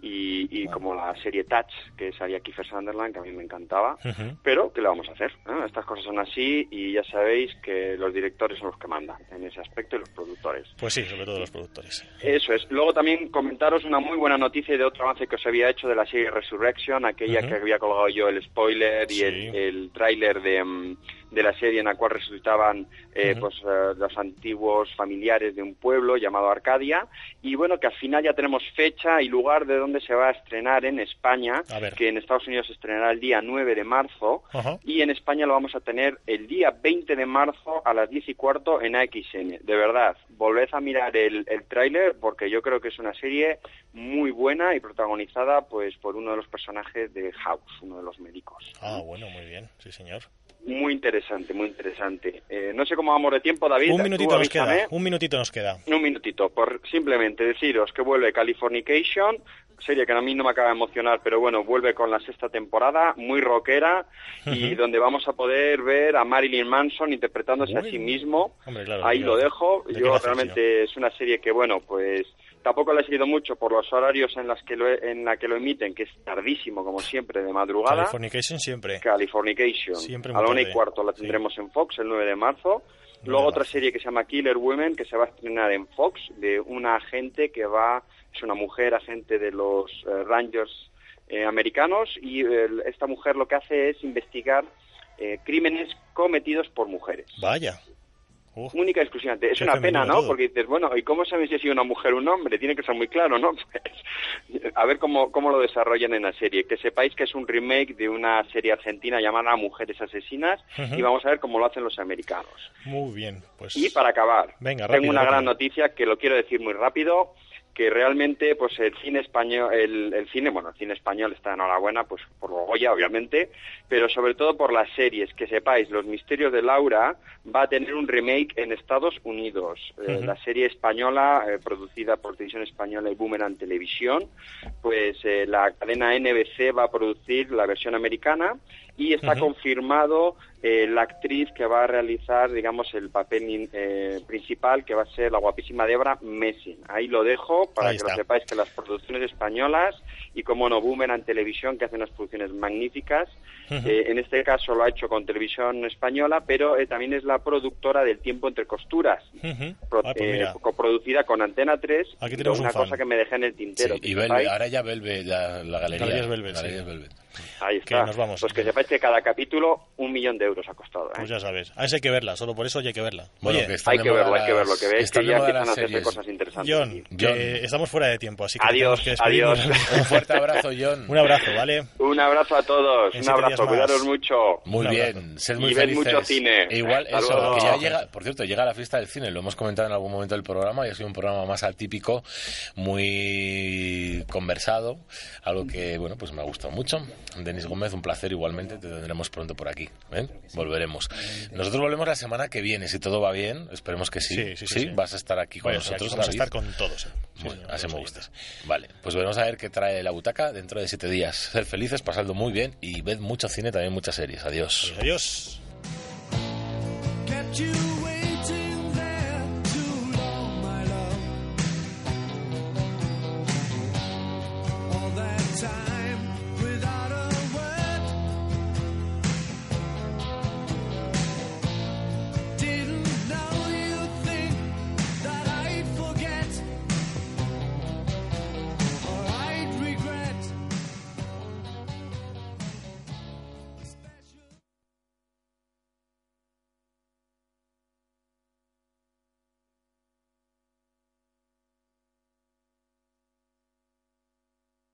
Speaker 6: y, y como la serie Touch que salía Kiefer Sunderland que a mí me encantaba.
Speaker 10: Hmm.
Speaker 6: Pero, ¿qué le vamos a hacer? ¿Eh? Estas cosas son así y ya sabéis que los directores son los que mandan en ese aspecto y los productores.
Speaker 10: Pues sí, sobre todo los productores.
Speaker 6: Eso es. Luego también comentaros una muy buena noticia de otro avance que os había hecho de la serie Resurrection, aquella
Speaker 10: Ujú.
Speaker 6: que había colgado yo el spoiler y el, el tráiler de, mm, de la serie en la cual resucitaban eh,
Speaker 10: Ujú.
Speaker 6: pues, eh, los antiguos familiares de un pueblo llamado Arcadia. Y bueno, que al final ya tenemos fecha y lugar de donde se va a estrenar en España,
Speaker 10: A ver.
Speaker 6: que en Estados Unidos se estrenará el día 9 de marzo.
Speaker 10: Ajá.
Speaker 6: Y en España lo vamos a tener el día 20 de marzo a las 10 y cuarto en AXN. De verdad, volved a mirar el, el tráiler porque yo creo que es una serie muy buena y protagonizada pues por uno de los personajes de House, uno de los médicos.
Speaker 10: Ah, bueno, muy bien. Sí, señor.
Speaker 6: Muy interesante, muy interesante. Eh, no sé cómo vamos de tiempo, David.
Speaker 10: Un
Speaker 6: tú
Speaker 10: minutito nos
Speaker 6: avísame.
Speaker 10: queda. Un minutito nos queda.
Speaker 6: Un minutito, por simplemente deciros que vuelve Californication, serie que a mí no me acaba de emocionar, pero bueno, vuelve con la sexta temporada, muy rockera, y donde vamos a poder ver a Marilyn Manson interpretándose a sí mismo.
Speaker 10: Hombre, claro.
Speaker 6: Ahí
Speaker 10: mira.
Speaker 6: lo dejo.
Speaker 10: ¿De qué
Speaker 6: Yo
Speaker 10: va a hacer,
Speaker 6: realmente es una serie que, bueno, pues tampoco la he seguido mucho por los horarios en, las que lo, en la que lo emiten, que es tardísimo, como siempre, de madrugada.
Speaker 10: Californication siempre.
Speaker 6: Californication.
Speaker 10: Siempre
Speaker 6: a
Speaker 10: muy
Speaker 6: la una y
Speaker 10: tarde.
Speaker 6: cuarto la tendremos en Fox el 9 de marzo. Luego otra serie que se llama Killer Women que se va a estrenar en Fox de una agente que va, es una mujer agente de los eh, Rangers eh, americanos y eh, esta mujer lo que hace es investigar eh, crímenes cometidos por mujeres.
Speaker 10: Vaya.
Speaker 6: Única y exclusivamente. Es
Speaker 10: Qué
Speaker 6: una pena,
Speaker 10: femenino
Speaker 6: ¿no?
Speaker 10: todo.
Speaker 6: Porque dices, bueno, ¿y cómo sabes si ha sido una mujer o un hombre? Tiene que ser muy claro, ¿no? Pues, *laughs* a ver cómo, cómo lo desarrollan en la serie. Que sepáis que es un remake de una serie argentina llamada Mujeres Asesinas
Speaker 10: Ujú.
Speaker 6: y vamos a ver cómo lo hacen los americanos.
Speaker 10: Muy bien, pues.
Speaker 6: Y para acabar,
Speaker 10: Venga,
Speaker 6: tengo
Speaker 10: rápido,
Speaker 6: una gran
Speaker 10: rápido.
Speaker 6: noticia que lo quiero decir muy rápido, que realmente pues el cine español, el, el cine, bueno, el cine español está enhorabuena pues por Goya, obviamente, pero sobre todo por las series, que sepáis, Los Misterios de Laura va a tener un remake en Estados Unidos. Eh,
Speaker 10: Ujú.
Speaker 6: La serie española, eh, producida por Televisión Española y Boomerang Televisión, pues eh, la cadena NBC va a producir la versión americana y está
Speaker 10: Ujú.
Speaker 6: confirmado eh, la actriz que va a realizar, digamos, el papel in- eh, principal, que va a ser la guapísima Debra Messing. Ahí lo dejo para
Speaker 10: Ahí
Speaker 6: que
Speaker 10: está.
Speaker 6: lo sepáis que las producciones españolas y, como no, Boomerang Televisión, que hacen unas producciones magníficas,
Speaker 10: Ujú.
Speaker 6: eh, en este caso lo ha hecho con Televisión Española, pero eh, también es la productora del Tiempo entre Costuras,
Speaker 10: Ujú.
Speaker 6: pro-
Speaker 10: Ah, pues
Speaker 6: eh,
Speaker 10: mira.
Speaker 6: coproducida con Antena 3.
Speaker 10: Aquí
Speaker 6: y
Speaker 10: tenemos un
Speaker 6: una
Speaker 10: fan.
Speaker 6: cosa que me dejé en el tintero.
Speaker 16: Sí,
Speaker 6: que
Speaker 16: y Velvet,
Speaker 6: sepáis-
Speaker 16: ahora ya Velvet, ya la galería.
Speaker 10: Galerías Velvet, sí.
Speaker 16: Galerías Velvet.
Speaker 6: Ahí está.
Speaker 10: nos vamos.
Speaker 6: Pues que sepáis que cada capítulo un millón de euros ha costado. ¿eh?
Speaker 10: Pues ya sabes. A esa hay que verla, solo por eso ya hay que verla.
Speaker 16: Bueno,
Speaker 10: Oye,
Speaker 16: que están
Speaker 6: Hay
Speaker 16: de
Speaker 6: que
Speaker 16: moda
Speaker 6: verlo, hay que
Speaker 16: las-
Speaker 6: verlo, que veis
Speaker 16: están
Speaker 6: que
Speaker 16: de
Speaker 6: ya
Speaker 16: moda
Speaker 6: empiezan
Speaker 16: las
Speaker 6: a hacerse
Speaker 16: series.
Speaker 6: cosas interesantes.
Speaker 10: John, que estamos fuera de tiempo, así que
Speaker 6: Adiós,
Speaker 10: tenemos que despedirnos.
Speaker 6: adiós.
Speaker 16: Un fuerte abrazo, John.
Speaker 10: *laughs* Un abrazo, ¿vale?
Speaker 6: Un abrazo a todos,
Speaker 10: En
Speaker 6: un
Speaker 10: siete días
Speaker 6: abrazo,
Speaker 10: más.
Speaker 6: cuidaros mucho.
Speaker 16: Muy
Speaker 10: Un
Speaker 16: bien, sed muy
Speaker 6: Y ved
Speaker 16: felices.
Speaker 6: mucho cine.
Speaker 16: E igual
Speaker 6: Hasta
Speaker 16: eso,
Speaker 6: luego.
Speaker 16: que ya llega, por cierto, llega la fiesta del cine, lo hemos comentado en algún momento del programa y ha sido un programa más atípico, muy conversado, algo que, bueno, pues me ha gustado mucho. Denis Gómez, un placer igualmente, te tendremos pronto por aquí, ¿eh? Volveremos. Nosotros volvemos la semana que viene, si todo va bien, esperemos que sí.
Speaker 10: Sí, sí, sí, sí.
Speaker 16: vas a estar aquí con
Speaker 10: Vaya, sí, aquí
Speaker 16: nosotros,
Speaker 10: vamos a
Speaker 16: David.
Speaker 10: estar con todos. ¿eh? Sí,
Speaker 16: Bueno,
Speaker 10: señor,
Speaker 16: así
Speaker 10: con
Speaker 16: me
Speaker 10: los
Speaker 16: gusta.
Speaker 10: oyentes.
Speaker 16: Vale, pues veremos a ver qué trae la butaca dentro de siete días. Ser felices, pasadlo muy bien y ved mucho cine, también muchas series. Adiós.
Speaker 10: Adiós.
Speaker 17: Kept you waiting.